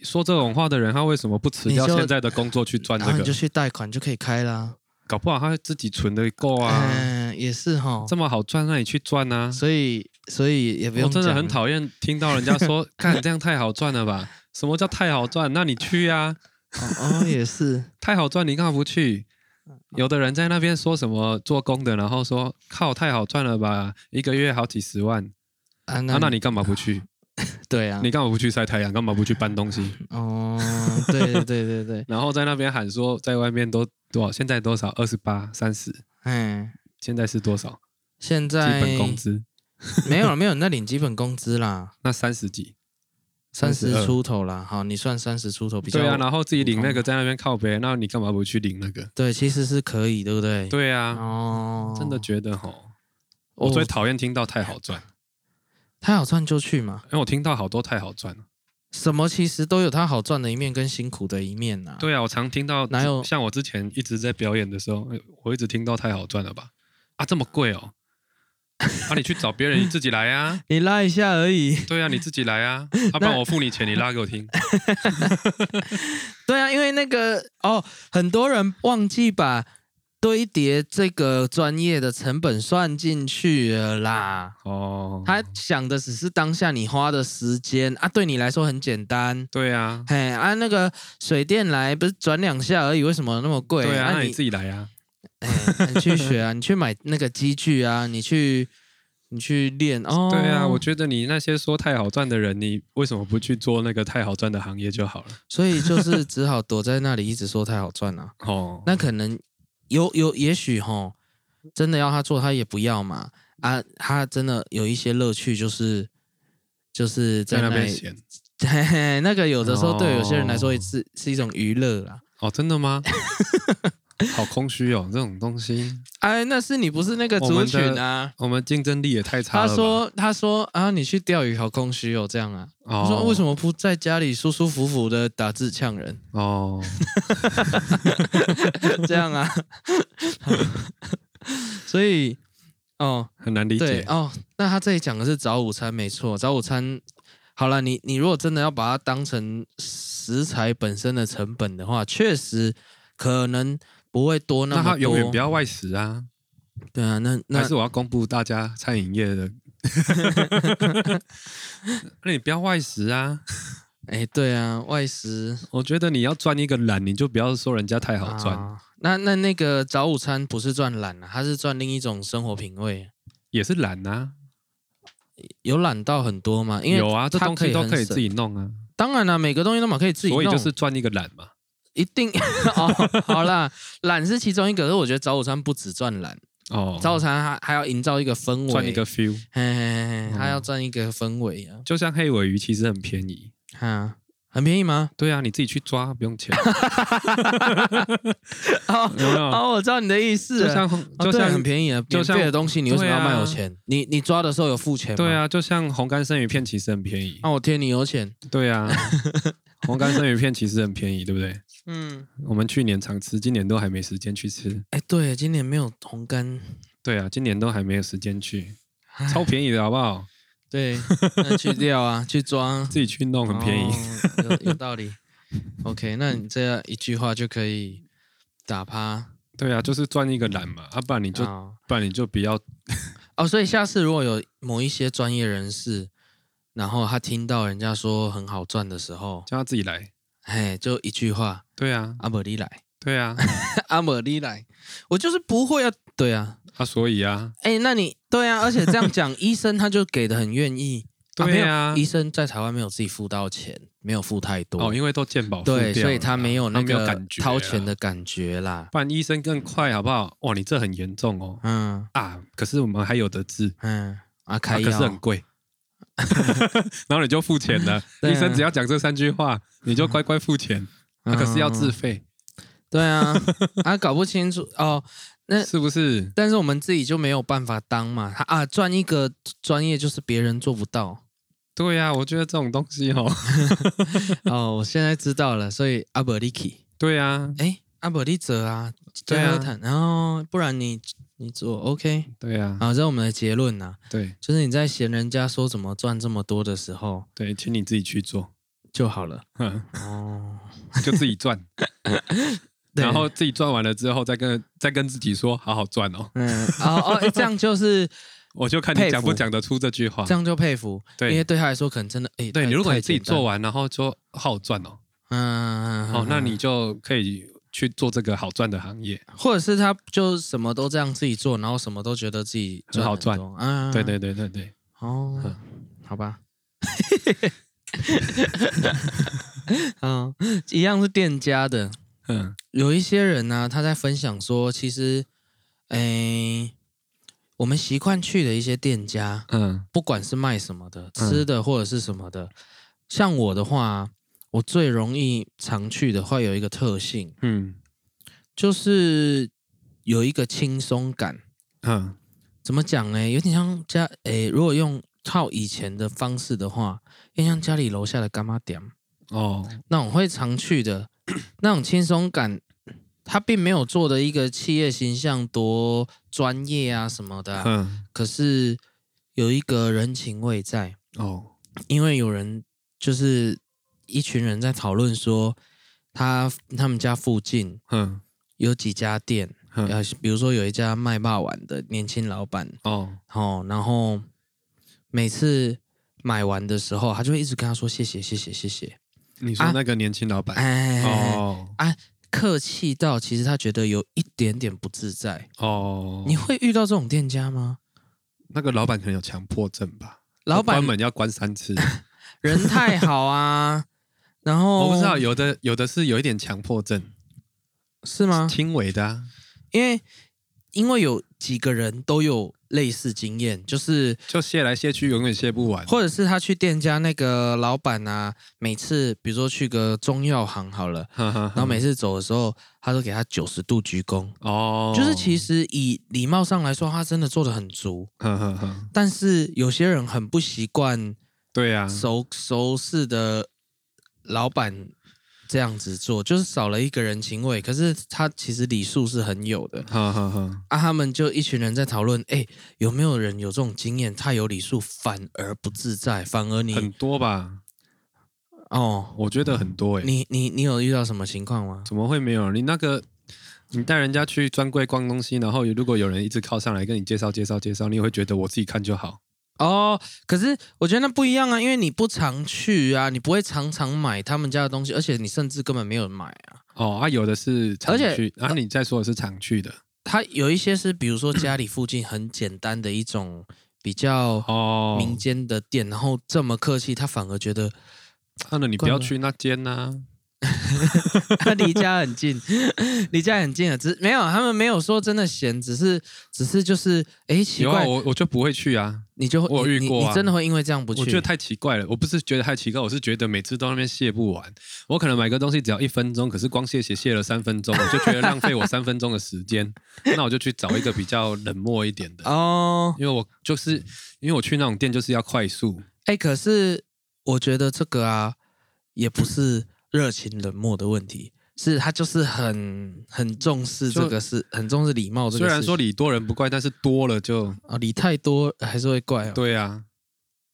Speaker 3: 说这种话的人，他为什么不辞掉
Speaker 2: 你就
Speaker 3: 现在的工作去赚
Speaker 2: 然
Speaker 3: 这
Speaker 2: 后你
Speaker 3: 个
Speaker 2: 就？去贷款就可以开啦。
Speaker 3: 搞不好他自己存的够啊，
Speaker 2: 嗯，也是哈，
Speaker 3: 这么好赚，那你去赚啊！
Speaker 2: 所以所以也不
Speaker 3: 我
Speaker 2: 用
Speaker 3: 哦真的
Speaker 2: 讲
Speaker 3: 很
Speaker 2: 了
Speaker 3: 讨厌听到人家
Speaker 2: *laughs*
Speaker 3: 说，看这样太好赚了吧？什么叫太好赚？那你去啊！
Speaker 2: 哦哦，
Speaker 3: *laughs*
Speaker 2: 也是，
Speaker 3: 太好赚，你干嘛不去？有的人在那边说什么做工的，然后说靠太好赚了吧，一个月好几十万，
Speaker 2: 啊，
Speaker 3: 那、
Speaker 2: 那
Speaker 3: 啊、那你干嘛不去？
Speaker 2: 对啊，
Speaker 3: 你干嘛不去晒太阳？干嘛不去搬东西？
Speaker 2: 哦，对对对对
Speaker 3: *laughs*
Speaker 2: 对，
Speaker 3: 然后在那边喊说，在外面都多少？现在多少？二十八、三十，
Speaker 2: 哎，
Speaker 3: 现在是多少？
Speaker 2: 现
Speaker 3: 基
Speaker 2: 在
Speaker 3: 本工资？ *laughs*
Speaker 2: 没有了没有，那领基本工资啦，
Speaker 3: 那三十几
Speaker 2: 三十
Speaker 3: 32
Speaker 2: 出头啦，好，你算三十出头比较
Speaker 3: 对啊，然后自己领
Speaker 2: 普通
Speaker 3: 那个在那边靠背，那你干嘛不去领那个？
Speaker 2: 对其实是可以，对不对？
Speaker 3: 对啊，
Speaker 2: 哦，
Speaker 3: 真的觉得吼，
Speaker 2: 哦
Speaker 3: 我最讨厌听到太好赚，
Speaker 2: 他好赚就去嘛，
Speaker 3: 因为我听到好多太好赚了。
Speaker 2: 什么其实都有他好赚的一面跟辛苦的一面呐、，
Speaker 3: 对啊，我常听到，
Speaker 2: 哪有
Speaker 3: 像我之前一直在表演的时候，我一直听到太好赚了吧？啊，这么贵哦？啊，你去找别人，你自己来啊。
Speaker 2: 你拉一下而已。
Speaker 3: 对啊，你自己来啊，要、不然我付你钱，你拉给我听。
Speaker 2: 对啊，因为那个哦，很多人忘记把堆叠这个专业的成本算进去了啦。
Speaker 3: 哦，
Speaker 2: 他想的只是当下你花的时间啊，对你来说很简单。
Speaker 3: 对啊，
Speaker 2: 嘿啊，那个水电来不是转两下而已，为什么那么贵？
Speaker 3: 对啊，那
Speaker 2: 你
Speaker 3: 你自己来啊。
Speaker 2: 哎你去学啊，你 *laughs* 去买那个机具啊，你去你去练哦。
Speaker 3: 对啊，我觉得你那些说太好赚的人，你为什么不去做那个太好赚的行业就好了？
Speaker 2: 所以就是只好躲在那里一直说太好赚啊了、
Speaker 3: 哦，
Speaker 2: 那可能有有也许吼，真的要他做他也不要嘛啊，他真的有一些乐趣就是就是在
Speaker 3: 在那边
Speaker 2: 里
Speaker 3: 闲
Speaker 2: 嘿嘿 *laughs* 那个有的时候对
Speaker 3: 哦
Speaker 2: 有些人来说也是、是一种娱乐啦。
Speaker 3: 哦，真的
Speaker 2: *laughs*
Speaker 3: 吗？好空虚哦，这种东西，哦
Speaker 2: 哎，那是你不是那个族群啊？
Speaker 3: 我们竞争力也太差
Speaker 2: 他
Speaker 3: 了吧。
Speaker 2: 说：“他说啊，你去钓鱼好空虚哦，这样啊。我
Speaker 3: 哦，
Speaker 2: 说：“为什
Speaker 3: 么？
Speaker 2: 么不在家里舒舒服服的打字呛人？ *laughs*
Speaker 3: 哦，
Speaker 2: 这样啊？” *laughs* 所以，哦，
Speaker 3: 很难理解。
Speaker 2: 对哦，那他这里讲的是早午餐，没错，早午餐。好了，你你如果真的要把它当成食材本身的成本的话，确实可能不会多
Speaker 3: 那
Speaker 2: 那么多。
Speaker 3: 他永远不要外食啊！
Speaker 2: 对啊，那
Speaker 3: 还
Speaker 2: 那
Speaker 3: 是我要公布大家餐饮业
Speaker 2: *laughs*
Speaker 3: 的？那你不要外食啊！
Speaker 2: 哎，对啊，外食
Speaker 3: 我觉得你要赚一个懒，你就不要说人家太好赚，
Speaker 2: 啊那那那个早午餐不是赚懒啊，它是赚另一种生活品味。
Speaker 3: 也是懒啊。
Speaker 2: 有懒到很多嘛？因为
Speaker 3: 有啊，这
Speaker 2: 它
Speaker 3: 东西都
Speaker 2: 很
Speaker 3: 可以
Speaker 2: 省
Speaker 3: 自己弄啊，
Speaker 2: 当然啦、每个东西都嘛可以自己
Speaker 3: 所
Speaker 2: 弄，
Speaker 3: 以就是赚一个懒嘛。
Speaker 2: 一定 *laughs* 哦。好啦，懒是其中一个，可是我觉得早午餐不只赚懒，
Speaker 3: 哦，
Speaker 2: 早午餐还还要营造一个哦氛围，
Speaker 3: 赚一个 feel。
Speaker 2: 嘿，嘿嘿嘿，
Speaker 3: 嗯
Speaker 2: 他要赚一个氛围啊，
Speaker 3: 就像黑尾鱼其实很便宜，
Speaker 2: 哈、很便宜吗？
Speaker 3: 对啊，你自己去抓不用
Speaker 2: *laughs*
Speaker 3: 钱，
Speaker 2: 哦
Speaker 3: 有没有？
Speaker 2: 哦，我知道你的意思
Speaker 3: 就
Speaker 2: 了，
Speaker 3: 像
Speaker 2: 哦
Speaker 3: 就
Speaker 2: 对
Speaker 3: 像
Speaker 2: 很便宜啊，
Speaker 3: 就
Speaker 2: 免
Speaker 3: 像
Speaker 2: 费的东西你为什么要
Speaker 3: 对啊
Speaker 2: 卖我钱？你你抓的时候有付钱吗？
Speaker 3: 对，啊，就像红干生鱼片其实很便宜
Speaker 2: 那、，我贴你有钱，
Speaker 3: 对
Speaker 2: *laughs*
Speaker 3: 啊，红干生鱼片其实很便宜，对不对？
Speaker 2: 嗯，
Speaker 3: 我们去年常吃，今年都还没时间去吃。
Speaker 2: 哎，对，今年没有红干，
Speaker 3: 对啊，今年都还没有时间去，超便宜的好不好？
Speaker 2: 对， *laughs* 那去掉啊， *laughs* 去抓，
Speaker 3: 自己去弄很便宜。
Speaker 2: 哦、有有道理。OK，那你这样一句话就可以打趴
Speaker 3: 对啊，就是赚一个懒嘛，啊，不然你就、
Speaker 2: 啊
Speaker 3: 不然你就不要
Speaker 2: 哦。所以下次如果有某一些专业人士，然后他听到人家说很好赚的时候，
Speaker 3: 叫他自己来。
Speaker 2: 嘿，就一句话：
Speaker 3: 对啊，
Speaker 2: 阿伯你来， *laughs*
Speaker 3: 对啊，
Speaker 2: 阿伯你来，我就是不会啊。对啊，
Speaker 3: 啊，所以啊，
Speaker 2: 哎，那你对啊，而且这样讲， *laughs* 医生他就给的很愿意。
Speaker 3: 对
Speaker 2: 没有
Speaker 3: 啊，
Speaker 2: 医生在台湾没有自己付到钱，没有付太多，
Speaker 3: 哦，因为都健保付掉了
Speaker 2: 对，
Speaker 3: 啦，
Speaker 2: 所以他没有那
Speaker 3: 没有
Speaker 2: 个
Speaker 3: 感觉啊
Speaker 2: 掏钱的感觉啦。
Speaker 3: 不然医生更快好不好？哇，你这很严重哦
Speaker 2: 嗯
Speaker 3: 啊！可是我们还有得治，
Speaker 2: 嗯，啊，
Speaker 3: 啊、
Speaker 2: 开
Speaker 3: 可是
Speaker 2: 药、
Speaker 3: 很
Speaker 2: *laughs*
Speaker 3: 贵，然后你就付钱了。
Speaker 2: 对啊
Speaker 3: 医生只要讲这三句话，你就乖乖付钱，啊、
Speaker 2: 嗯
Speaker 3: 可是要自费，
Speaker 2: 对
Speaker 3: *laughs*
Speaker 2: 啊，啊，搞不清楚哦。嗯
Speaker 3: 是不是？
Speaker 2: 但是我们自己就没有办法当嘛，他啊，赚一个专业就是别人做不到。 *laughs*
Speaker 3: 对呀、我觉得这种东西哦，
Speaker 2: 哦，我现在知道了，所以阿伯利奇，
Speaker 3: 对啊呀、
Speaker 2: 哎，阿伯利泽啊，
Speaker 3: 对啊
Speaker 2: 加油坦然后不然你你做 OK，
Speaker 3: 对呀、
Speaker 2: 好，这是我们的结论呐、
Speaker 3: 对
Speaker 2: 就是你在嫌人家说怎么赚这么多的时候
Speaker 3: 对，请你自己去做，
Speaker 2: 就好了。
Speaker 3: 哼，
Speaker 2: 哦，
Speaker 3: 就自己赚，
Speaker 2: *laughs* 对
Speaker 3: 然后自己赚完了之后，再跟再跟自己说好好赚哦。
Speaker 2: 嗯，哦哦，诶这
Speaker 3: *laughs*
Speaker 2: 样就是
Speaker 3: 我就看
Speaker 2: 佩
Speaker 3: 你
Speaker 2: 服
Speaker 3: 讲不讲得出这句话
Speaker 2: 这。样就佩服，
Speaker 3: 对
Speaker 2: 因为对他来说可能真的，哎，
Speaker 3: 对
Speaker 2: 太
Speaker 3: 你，如果你自己，
Speaker 2: 太
Speaker 3: 做
Speaker 2: 简
Speaker 3: 完，然后说好好赚哦，
Speaker 2: 单嗯，嗯嗯
Speaker 3: 哦，那
Speaker 2: 嗯
Speaker 3: 你就可以去做这个好赚的行业。
Speaker 2: 或者是他就什么都这样自己做，然后什么都觉得自己
Speaker 3: 很好赚
Speaker 2: 很多啊，
Speaker 3: 对，对对对对，
Speaker 2: 哦
Speaker 3: 嗯，
Speaker 2: 好 *laughs* 吧，嗯，一样是店家的，
Speaker 3: 嗯，
Speaker 2: 有一些人呢、他在分享说，其实，诶，我们习惯去的一些店家，
Speaker 3: 嗯，
Speaker 2: 不管是卖什么的，
Speaker 3: 嗯
Speaker 2: 吃的或者是什么的，像我的话，我最容易常去的话有一个特性，
Speaker 3: 嗯
Speaker 2: 就是有一个轻松感。
Speaker 3: 嗯
Speaker 2: 怎么讲呢？有点像家诶、如果用套以前的方式的话，有点像家里楼下的干妈店
Speaker 3: 哦，
Speaker 2: 那种会常去的 *coughs* 那种轻松感。他并没有做的一个企业形象多专业啊什么的啊、
Speaker 3: 嗯
Speaker 2: 可是有一个人情味在，
Speaker 3: 哦，
Speaker 2: 因为有人就是一群人在讨论说，他他们家附近
Speaker 3: 嗯
Speaker 2: 有几家店，
Speaker 3: 嗯
Speaker 2: 呃，比如说有一家卖霸碗的年轻老板，
Speaker 3: 哦，
Speaker 2: 哦，然后每次买完的时候，他就会一直跟他说谢谢谢谢谢谢，
Speaker 3: 你说
Speaker 2: 啊
Speaker 3: 那个年轻老板
Speaker 2: 哎，
Speaker 3: 哦
Speaker 2: 客气到其实他觉得有一点点不自在。
Speaker 3: 哦，
Speaker 2: 你会遇到这种店家吗？
Speaker 3: 那个老板可能有强迫症吧？
Speaker 2: 老板
Speaker 3: 关门要关三次，
Speaker 2: 人太好
Speaker 3: *laughs*
Speaker 2: 啊，然后
Speaker 3: 我不知道，有的有的是有一点强迫症，
Speaker 2: 是吗？
Speaker 3: 轻微的啊，
Speaker 2: 因为因为有几个人都有类似经验，就是
Speaker 3: 就卸来卸去，永远卸不完。
Speaker 2: 或者是他去店家那个老板啊，每次比如说去个中药行好了，
Speaker 3: 然
Speaker 2: 然后每次走的时候，他都给他九十度鞠躬，
Speaker 3: 哦，
Speaker 2: 就是其实以礼貌上来说，他真的做的很足，
Speaker 3: 呵呵呵，
Speaker 2: 但是有些人很不习惯
Speaker 3: 对啊，
Speaker 2: 熟熟识的老板。这样子做就是少了一个人情味，可是他其实礼数是很有的，
Speaker 3: 呵呵呵，
Speaker 2: 啊，他们就一群人在讨论，哎、有没有人有这种经验？太有礼数反而不自在，反而
Speaker 3: 很
Speaker 2: 你
Speaker 3: 多吧？
Speaker 2: 哦，
Speaker 3: 我觉得很多哎，
Speaker 2: 你你你有遇到什么情况吗？
Speaker 3: 怎么会没有？你那个。你带人家去专柜逛东西，然后如果有人一直靠上来跟你介绍介绍介绍，你也会觉得我自己看就好。
Speaker 2: 哦，可是我觉得那不一样啊，因为你不常去啊，你不会常常买他们家的东西，而且你甚至根本没有买啊。
Speaker 3: 哦啊，有的是常
Speaker 2: 而且
Speaker 3: 去，啊你在说的是常去的
Speaker 2: 它有一些是，比如说家里附近很简单的一种比较
Speaker 3: 哦。
Speaker 2: 民间的店，然后这么客气，他反
Speaker 3: *laughs*
Speaker 2: 而觉得
Speaker 3: 啊那你不
Speaker 2: 惯
Speaker 3: 要
Speaker 2: 了
Speaker 3: 去那间啊呐、
Speaker 2: 他啊离家很近， *laughs* 离家很近啊，只没有他们没有说真的闲，只是只是就是哎、奇
Speaker 3: 有啊，
Speaker 2: 怪，
Speaker 3: 我我就不会去啊。
Speaker 2: 你就会
Speaker 3: 我有
Speaker 2: 你
Speaker 3: 遇过
Speaker 2: 你，
Speaker 3: 啊
Speaker 2: 你真的会因为这样不去？
Speaker 3: 我觉得太奇怪了，我不是觉得太奇怪，我是觉得每次都那边卸不完。我可能买个东西只要一分钟，可是光卸鞋卸了三分钟，我就觉得浪费我三分钟的时间。 *laughs* 那我就去找一个比较冷漠一点的，
Speaker 2: 哦，
Speaker 3: 因为我就是因为我去那种店就是要快速
Speaker 2: 哎、可是我觉得这个啊，也不是热情冷漠的问题，是他就是很很重视
Speaker 3: 就
Speaker 2: 这个事，很重视礼貌这个
Speaker 3: 虽
Speaker 2: 事。
Speaker 3: 然说礼多人不怪，但是多了就
Speaker 2: 啊，礼太多还是会怪哦。
Speaker 3: 对啊，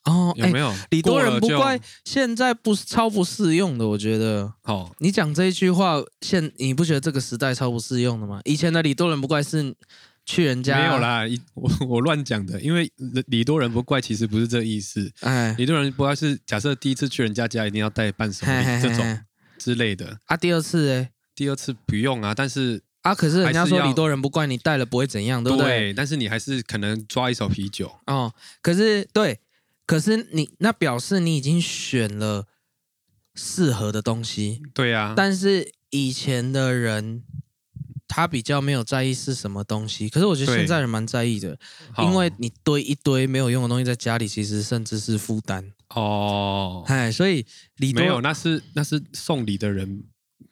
Speaker 2: 哦，
Speaker 3: 有
Speaker 2: 哎、
Speaker 3: 没有？
Speaker 2: 礼多
Speaker 3: 过
Speaker 2: 人
Speaker 3: 了
Speaker 2: 不
Speaker 3: 就
Speaker 2: 怪，现在不是超不适用的，我觉得。
Speaker 3: 好、
Speaker 2: 你讲这一句话，现你不觉得这个时代超不适用的吗？以前的礼多人不怪是去人家
Speaker 3: 没有，啦，一我我乱讲的，因为礼多人不怪，其实不是这意思。
Speaker 2: 哎，
Speaker 3: 礼多人不怪是假设第一次去人家家一定要带伴手
Speaker 2: 嘿嘿
Speaker 3: 礼
Speaker 2: 嘿
Speaker 3: 这种
Speaker 2: 嘿
Speaker 3: 之类的，
Speaker 2: 啊，第二次哎、
Speaker 3: 第二次不用啊，但是
Speaker 2: 啊，可是人家
Speaker 3: 还是
Speaker 2: 说
Speaker 3: 要
Speaker 2: 礼多人不怪，你带了不会怎样，对不对？
Speaker 3: 但是你还是可能抓一手啤酒，
Speaker 2: 哦，可是对，可是你那表示你已经选了适合的东西，
Speaker 3: 对啊，
Speaker 2: 但是以前的人他比较没有在意是什么东西，可是我觉得
Speaker 3: 对
Speaker 2: 现在人蛮在意的，
Speaker 3: 好
Speaker 2: 因为你堆一堆没有用的东西在家里，其实甚至是负担。
Speaker 3: 哦，
Speaker 2: 哎，所以礼多
Speaker 3: 没有，那是那是送礼的人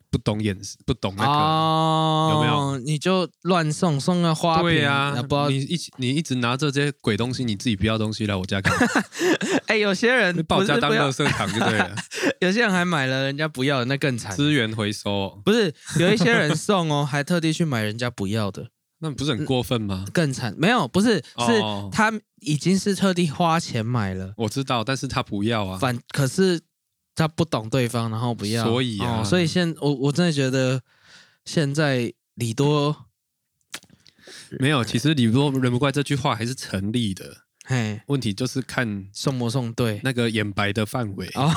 Speaker 3: 不懂眼神，不懂那个。
Speaker 2: 哦，
Speaker 3: 有没有？
Speaker 2: 你就乱送送个花
Speaker 3: 对
Speaker 2: 瓶啊
Speaker 3: 呀、
Speaker 2: 不知道
Speaker 3: 你一起你一直拿着这些鬼东西，你自己不要的东西来我家干嘛？
Speaker 2: *laughs* *laughs* 哎，有些人
Speaker 3: 你把我
Speaker 2: 不
Speaker 3: 家
Speaker 2: 是
Speaker 3: 当
Speaker 2: 不
Speaker 3: 垃
Speaker 2: 要，
Speaker 3: 圾场就对了，
Speaker 2: 有些人还买了人家不要的，那更
Speaker 3: *laughs*
Speaker 2: 惨。
Speaker 3: 资源回收哦，
Speaker 2: 不是有一些人送哦，还特地去买人家不要的，
Speaker 3: 那不是很过分吗？
Speaker 2: 更惨。没有，不是，是
Speaker 3: *laughs* 哦
Speaker 2: 他已经是特地花钱买了，
Speaker 3: 我知道，但是他不要啊。
Speaker 2: 反可是他不懂对方，然后不要，
Speaker 3: 所以啊
Speaker 2: 哦所以现我我真的觉得现在礼多，
Speaker 3: 没有，其实你说人不怪这句话还是成立的，
Speaker 2: 嘿，
Speaker 3: 问题就是看
Speaker 2: 送不送对。
Speaker 3: 那个眼白的范围。
Speaker 2: 哦，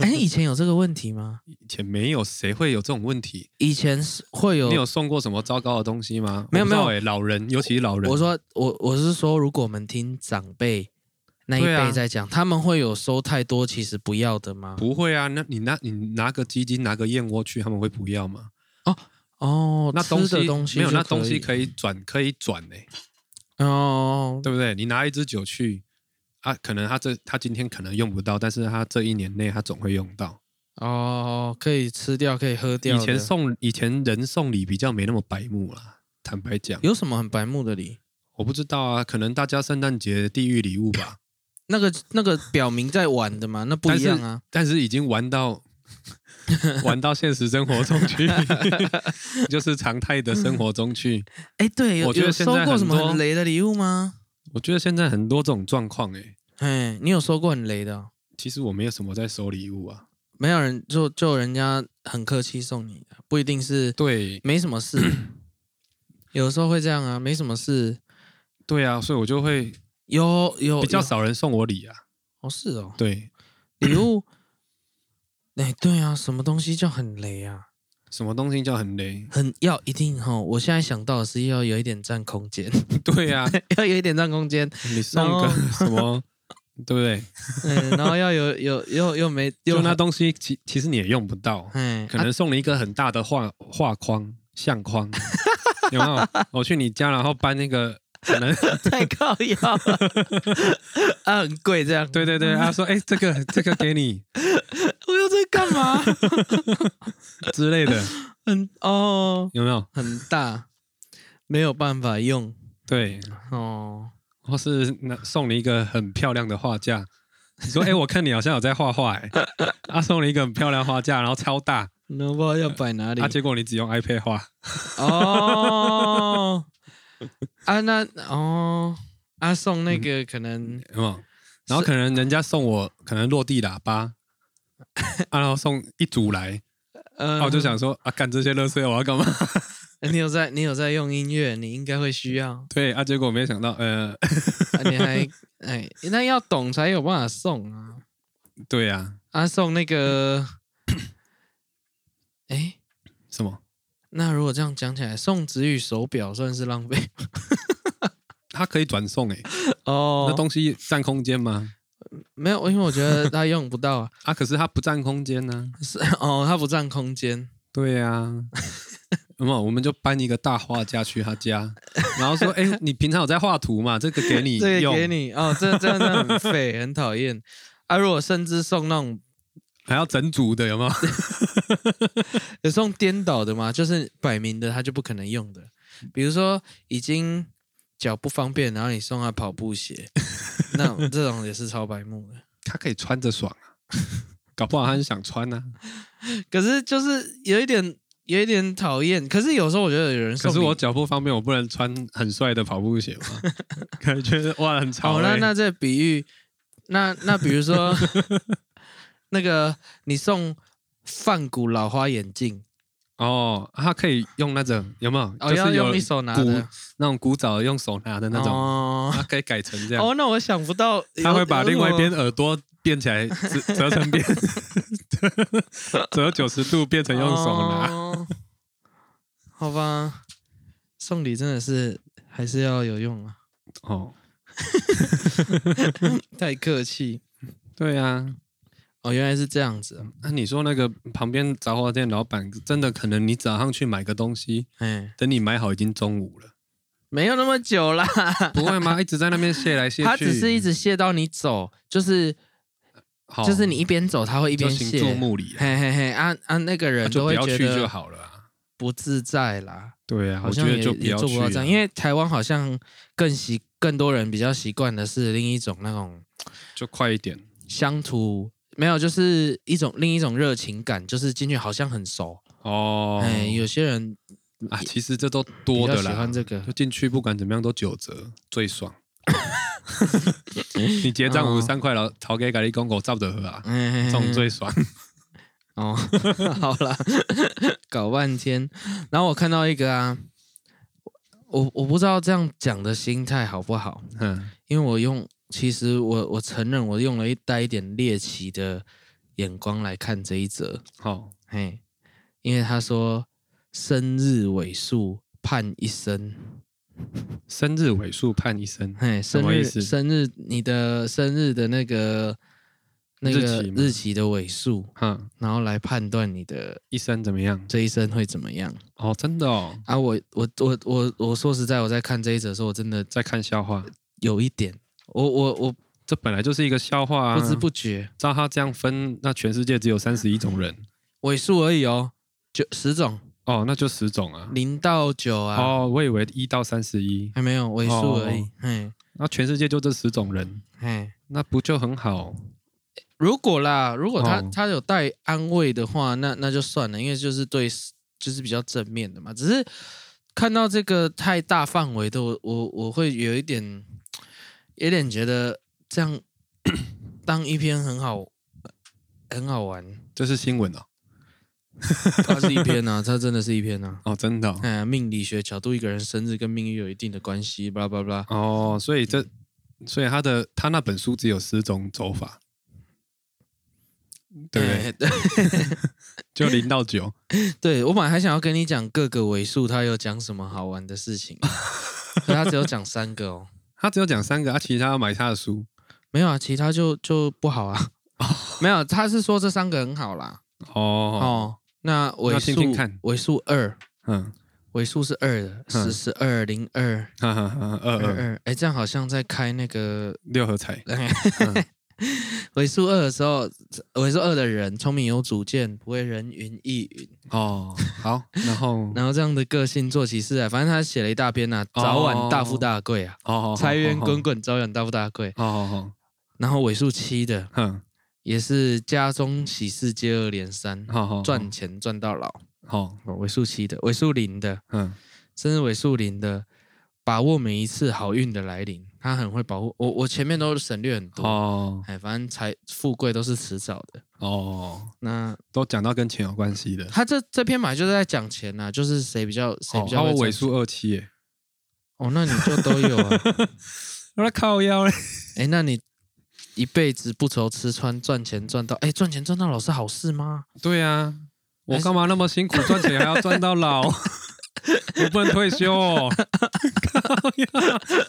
Speaker 2: 哎，以前有这个问题吗？
Speaker 3: 以前没有谁会有这种问题。
Speaker 2: 以前是会有
Speaker 3: 你，有送过什么糟糕的东西吗？
Speaker 2: 哦没有
Speaker 3: 我不知道
Speaker 2: 没
Speaker 3: 欸老人尤其是老人，
Speaker 2: 我说我我是说，如果我们听长辈那一
Speaker 3: 对啊
Speaker 2: 辈在讲，他们会有收太多其实不要的吗？
Speaker 3: 不会啊，那你拿你拿个鸡精，拿个燕窝去，他们会不要吗？
Speaker 2: 哦，
Speaker 3: 那
Speaker 2: 吃
Speaker 3: 东西
Speaker 2: 的东西
Speaker 3: 没有，
Speaker 2: 就
Speaker 3: 那东西
Speaker 2: 以
Speaker 3: 可以转，可以转呢、
Speaker 2: 哦，
Speaker 3: 对不对？你拿一支酒去，啊，可能他这他今天可能用不到，但是他这一年内他总会用到。
Speaker 2: 哦，可以吃掉，可以喝掉
Speaker 3: 以
Speaker 2: 的。
Speaker 3: 前送以前人送礼比较没那么白目啦，坦白讲，
Speaker 2: 有什么很白目的礼？
Speaker 3: 我不知道啊，可能大家圣诞节地狱礼物吧，
Speaker 2: 那个那个表明在玩的嘛，那不一样啊。
Speaker 3: 但是已经玩到 *laughs* 玩到现实生活中去， *laughs* 就是常态的生活中去。
Speaker 2: 哎，对，有
Speaker 3: 我觉得
Speaker 2: 有
Speaker 3: 现
Speaker 2: 收
Speaker 3: 在
Speaker 2: 过
Speaker 3: 很
Speaker 2: 什么
Speaker 3: 多
Speaker 2: 很雷的礼物吗？
Speaker 3: 我觉得现在很多这种状况，哎，
Speaker 2: 哎，你有收过很雷的哦？
Speaker 3: 其实我没有什么在收礼物啊。
Speaker 2: 没有人就就人家很客气送你的，不一定是
Speaker 3: 对
Speaker 2: 没什么事。有时候会这样啊，没什么事。
Speaker 3: 对啊，所以我就会
Speaker 2: 有有
Speaker 3: 比较
Speaker 2: 哦有
Speaker 3: 少人送我礼啊。
Speaker 2: 哦，是哦，
Speaker 3: 对，
Speaker 2: 礼物。 *coughs* 哎，对啊，什么东西叫很雷啊？？
Speaker 3: 什么东西叫很雷
Speaker 2: 很要一定哈、我现在想到的是要有一点占空间，
Speaker 3: *laughs* 对啊，
Speaker 2: *laughs* 要有一点占空间，
Speaker 3: 你送个
Speaker 2: 然
Speaker 3: *laughs* 什么，对不对？
Speaker 2: 嗯，然后要有 *laughs* 有又又没又
Speaker 3: 就那东西，其其实你也用不 *laughs* 到，
Speaker 2: 哎，
Speaker 3: 可能送你一个很大的画画框、相 *laughs* 框，有没有？我去你家，然后搬那个，可能 *laughs*
Speaker 2: 太高腰了， *laughs* 啊，很贵这样。
Speaker 3: 对对对，他说，哎、这个这个给你
Speaker 2: 我要这干嘛？ *laughs*
Speaker 3: 之类的，
Speaker 2: 很哦，
Speaker 3: 有没有？
Speaker 2: 很大，没有办法用
Speaker 3: 对，
Speaker 2: 哦。
Speaker 3: 或是那送你一个很漂亮的画架，你 *laughs* 说，哎、我看你好像有在画画、欸，哎，他送你一个很漂亮画架，然后超大，
Speaker 2: 那不知道要摆哪里
Speaker 3: 啊，结果你只用 iPad 画，
Speaker 2: 哦。啊，那哦，啊送那个可能
Speaker 3: 有没有？然后可能人家送我可能落地 *laughs* 喇叭，啊、然后送一组来，
Speaker 2: 呃，呃
Speaker 3: 啊、我就想说啊，干这些垃圾我要干嘛？ *laughs*
Speaker 2: 你有在你有在用音乐，你应该会需要，
Speaker 3: 对啊，结果没想到，呃， *laughs*
Speaker 2: 啊、你还哎，那要懂才有办法送啊。
Speaker 3: 对啊，
Speaker 2: 啊，送那个，哎、
Speaker 3: 什么？
Speaker 2: 那如果这样讲起来，送子宇手表算是浪费
Speaker 3: 它可以转送哎、那
Speaker 2: 哦。
Speaker 3: 东西占空间吗？
Speaker 2: *laughs* 没有，因为我觉得他用不到啊，
Speaker 3: 啊，可是它不占空间呢、
Speaker 2: 是 *laughs* 哦，它不占空间。
Speaker 3: 对 *laughs* 啊，那么我们就搬一个大画架去他家，然后 *laughs* 说，哎、你平常有在画图嘛？这个给 *laughs* 你
Speaker 2: 这个
Speaker 3: 用，
Speaker 2: 给你哦，这这真的很废，很讨厌。啊，如果甚至送那种
Speaker 3: 还要整组的有没有？
Speaker 2: 有送颠倒的嘛，就是摆明的他就不可能用的，比如说已经脚不方便，然后你送他跑步鞋， *laughs* 那种这种也是超白目的。
Speaker 3: *laughs* 他可以穿着爽啊， *laughs* 搞不好他很想穿呢、啊。
Speaker 2: 可是就是有一点有一点讨厌，可是有时候我觉得有人送
Speaker 3: 可
Speaker 2: 你
Speaker 3: 是我脚不方便，我不能穿很帅的跑步鞋
Speaker 2: *laughs*
Speaker 3: 嘛，感觉哇很潮、
Speaker 2: 好、
Speaker 3: 欸。
Speaker 2: 那那这比喻，那那比
Speaker 3: *laughs*
Speaker 2: 如说那个你送范古老花眼镜，
Speaker 3: 哦，他可以用那种有没有？就
Speaker 2: 哦，
Speaker 3: 是
Speaker 2: 要
Speaker 3: 有
Speaker 2: 用一手拿
Speaker 3: 鼓
Speaker 2: 的
Speaker 3: 那种古早用手拿的那种，
Speaker 2: 哦
Speaker 3: 他可以改成这样。
Speaker 2: 哦，那我想不到有，
Speaker 3: 他会把
Speaker 2: 有
Speaker 3: 另外一
Speaker 2: 什么
Speaker 3: 边耳朵变起来，折 *laughs* 折成变折九十度，变成用手拿。
Speaker 2: 哦好吧，送礼真的是还是要有用啊，
Speaker 3: 哦，
Speaker 2: 太客气
Speaker 3: 对啊。
Speaker 2: 哦，原来是这样子、啊，
Speaker 3: 那、你说那个旁边杂货店老板，真的可能你早上去买个东西，
Speaker 2: 哎，
Speaker 3: 等你买好已经中午
Speaker 2: *laughs*
Speaker 3: 了，
Speaker 2: 没有那么久啦。
Speaker 3: 不会吗？一直在那边卸来卸去，
Speaker 2: 他只是一直卸到你走，就是、
Speaker 3: 好
Speaker 2: 就是你一边走，他会一
Speaker 3: 哦就
Speaker 2: 边
Speaker 3: 行注
Speaker 2: 卸。
Speaker 3: 目礼啊，
Speaker 2: 嘿嘿嘿，啊啊，那个
Speaker 3: 那
Speaker 2: 人
Speaker 3: 就
Speaker 2: 都
Speaker 3: 不
Speaker 2: 会
Speaker 3: 要
Speaker 2: 觉
Speaker 3: 去就
Speaker 2: 得
Speaker 3: 好了啊。
Speaker 2: 不自在啦。
Speaker 3: 对啊，
Speaker 2: 好
Speaker 3: 我觉
Speaker 2: 像
Speaker 3: 得
Speaker 2: 也
Speaker 3: 就不
Speaker 2: 也
Speaker 3: 要
Speaker 2: 做
Speaker 3: 去
Speaker 2: 不到这样，
Speaker 3: 啊
Speaker 2: 因为台湾好像更习更多人比较习惯的是另一种那种
Speaker 3: 就快一点。
Speaker 2: 乡土，没有就是一种另一种热情感，就是进去好像很熟。
Speaker 3: 哦，
Speaker 2: 哎，有些人
Speaker 3: 啊，其实这都
Speaker 2: 比
Speaker 3: 多
Speaker 2: 较
Speaker 3: 的
Speaker 2: 喜
Speaker 3: 啦，
Speaker 2: 欢这个
Speaker 3: 就，进去不管怎么样都九折，最
Speaker 2: *laughs*
Speaker 3: 爽。你结账五
Speaker 2: 哦嗯
Speaker 3: 十三块了，陶给咖喱公狗照着喝啊，
Speaker 2: 这
Speaker 3: 这种最
Speaker 2: *laughs*
Speaker 3: 爽。
Speaker 2: 哦， *laughs* 好啦，搞半天。然后我看到一个啊，我我不知道这样讲的心态好不好，
Speaker 3: 嗯，
Speaker 2: 因为我用，其实我我承认我用了一带一点猎奇的眼光来看这一则，
Speaker 3: 好，
Speaker 2: 嘿，因为他说生日尾数判一生，
Speaker 3: 生日尾数判一生，
Speaker 2: 嘿，
Speaker 3: 什
Speaker 2: 生
Speaker 3: 么意
Speaker 2: 日
Speaker 3: 思
Speaker 2: 生日你的生日的那个那个
Speaker 3: 日期吗
Speaker 2: 日期的尾数，
Speaker 3: 哈，
Speaker 2: 然后来判断你的
Speaker 3: 一生怎么样？
Speaker 2: 这一生会怎么样。
Speaker 3: 哦，真的哦，
Speaker 2: 啊，我我我我我说实在，我在看这一则的时候，我真的
Speaker 3: 在看笑话
Speaker 2: 有一点，我我我
Speaker 3: 这本来就是一个笑话啊！
Speaker 2: 不知不觉，
Speaker 3: 照他这样分，那全世界只有三十一种人
Speaker 2: 尾数而已哦，九十种，
Speaker 3: 哦，那就十种啊。
Speaker 2: 零到九啊，
Speaker 3: 哦，我以为一到三十一，
Speaker 2: 还没有尾数而已
Speaker 3: 哦，
Speaker 2: 嘿，
Speaker 3: 那全世界就这十种人，
Speaker 2: 嘿。
Speaker 3: 那不就很好？
Speaker 2: 如果啦，如果他、
Speaker 3: 哦
Speaker 2: 他有带安慰的话，那那就算了，因为就是对，就是比较正面的嘛。只是看到这个太大范围的，我我我会有一点，有点觉得这样 *coughs* 当一篇很好，很好玩。
Speaker 3: 这是新闻哦，
Speaker 2: 它是一
Speaker 3: *laughs*
Speaker 2: 篇啊，它真的是一篇啊。
Speaker 3: 哦，真的哦
Speaker 2: 哎，命理学角度，一个人生日跟命运有一定的关系，巴拉巴拉巴拉。
Speaker 3: 哦，所以这，所以他的他那本书只有十种走法，对不对？
Speaker 2: 哎 *laughs* 对
Speaker 3: 就零到九，
Speaker 2: 对我本来还想要跟你讲各个尾数，它有讲什么好玩的事
Speaker 3: *laughs*
Speaker 2: 情，可它只有讲三个哦。
Speaker 3: 他只有讲三个，啊，其他要买他的书
Speaker 2: 没有啊，其他就就不好啊。 *laughs* 没有，他是说这三个很好啦。
Speaker 3: 哦，
Speaker 2: 哦，那尾
Speaker 3: 那
Speaker 2: 数
Speaker 3: 听听看
Speaker 2: 尾数二，
Speaker 3: 嗯，
Speaker 2: 尾数是二的，
Speaker 3: 嗯
Speaker 2: 十十二零二
Speaker 3: 哈哈哈，二
Speaker 2: 二
Speaker 3: 二
Speaker 2: 二。哎，这样好像在开那个
Speaker 3: 六合彩，嗯
Speaker 2: *laughs* 尾数二的时候，尾数二的人聪明有主见，不会人云亦云，
Speaker 3: 哦，好，然 *laughs* 后，
Speaker 2: 然后这样的个性做起事来，反正他写了一大篇呐、
Speaker 3: 哦
Speaker 2: 早晚大富大贵啊，
Speaker 3: 哦，
Speaker 2: 财源滚
Speaker 3: 滚，
Speaker 2: 滚，早晚大富大贵。
Speaker 3: 好好好，
Speaker 2: 然后尾数七的
Speaker 3: 哼，
Speaker 2: 也是家中喜事接二连三，
Speaker 3: 好好
Speaker 2: 赚，钱赚到老。
Speaker 3: 好，
Speaker 2: 哦，尾数七的，尾数零的，
Speaker 3: 嗯，
Speaker 2: 甚至尾数零的，把握每一次好运的来临，他很会保护我。我前面都省略很多，
Speaker 3: 哦
Speaker 2: 哎，反正财富贵都是迟早的。
Speaker 3: 哦，
Speaker 2: 那
Speaker 3: 都讲到跟钱有关系的，
Speaker 2: 他这这篇嘛就是在讲钱呐、就是谁比较谁
Speaker 3: 哦
Speaker 2: 比，较
Speaker 3: 然
Speaker 2: 会
Speaker 3: 后
Speaker 2: 赚
Speaker 3: 尾数二七耶，
Speaker 2: 哦，那你就都有啊。 *laughs*
Speaker 3: 我来靠腰嘞，
Speaker 2: 哎，那你一辈子不愁吃穿，赚钱赚到，哎，赚钱赚到老是好事吗？
Speaker 3: 对啊，
Speaker 2: 还
Speaker 3: 我
Speaker 2: 是
Speaker 3: 干嘛那么辛
Speaker 2: *laughs*
Speaker 3: 苦赚钱还要赚到老？我不能退休哦！靠腰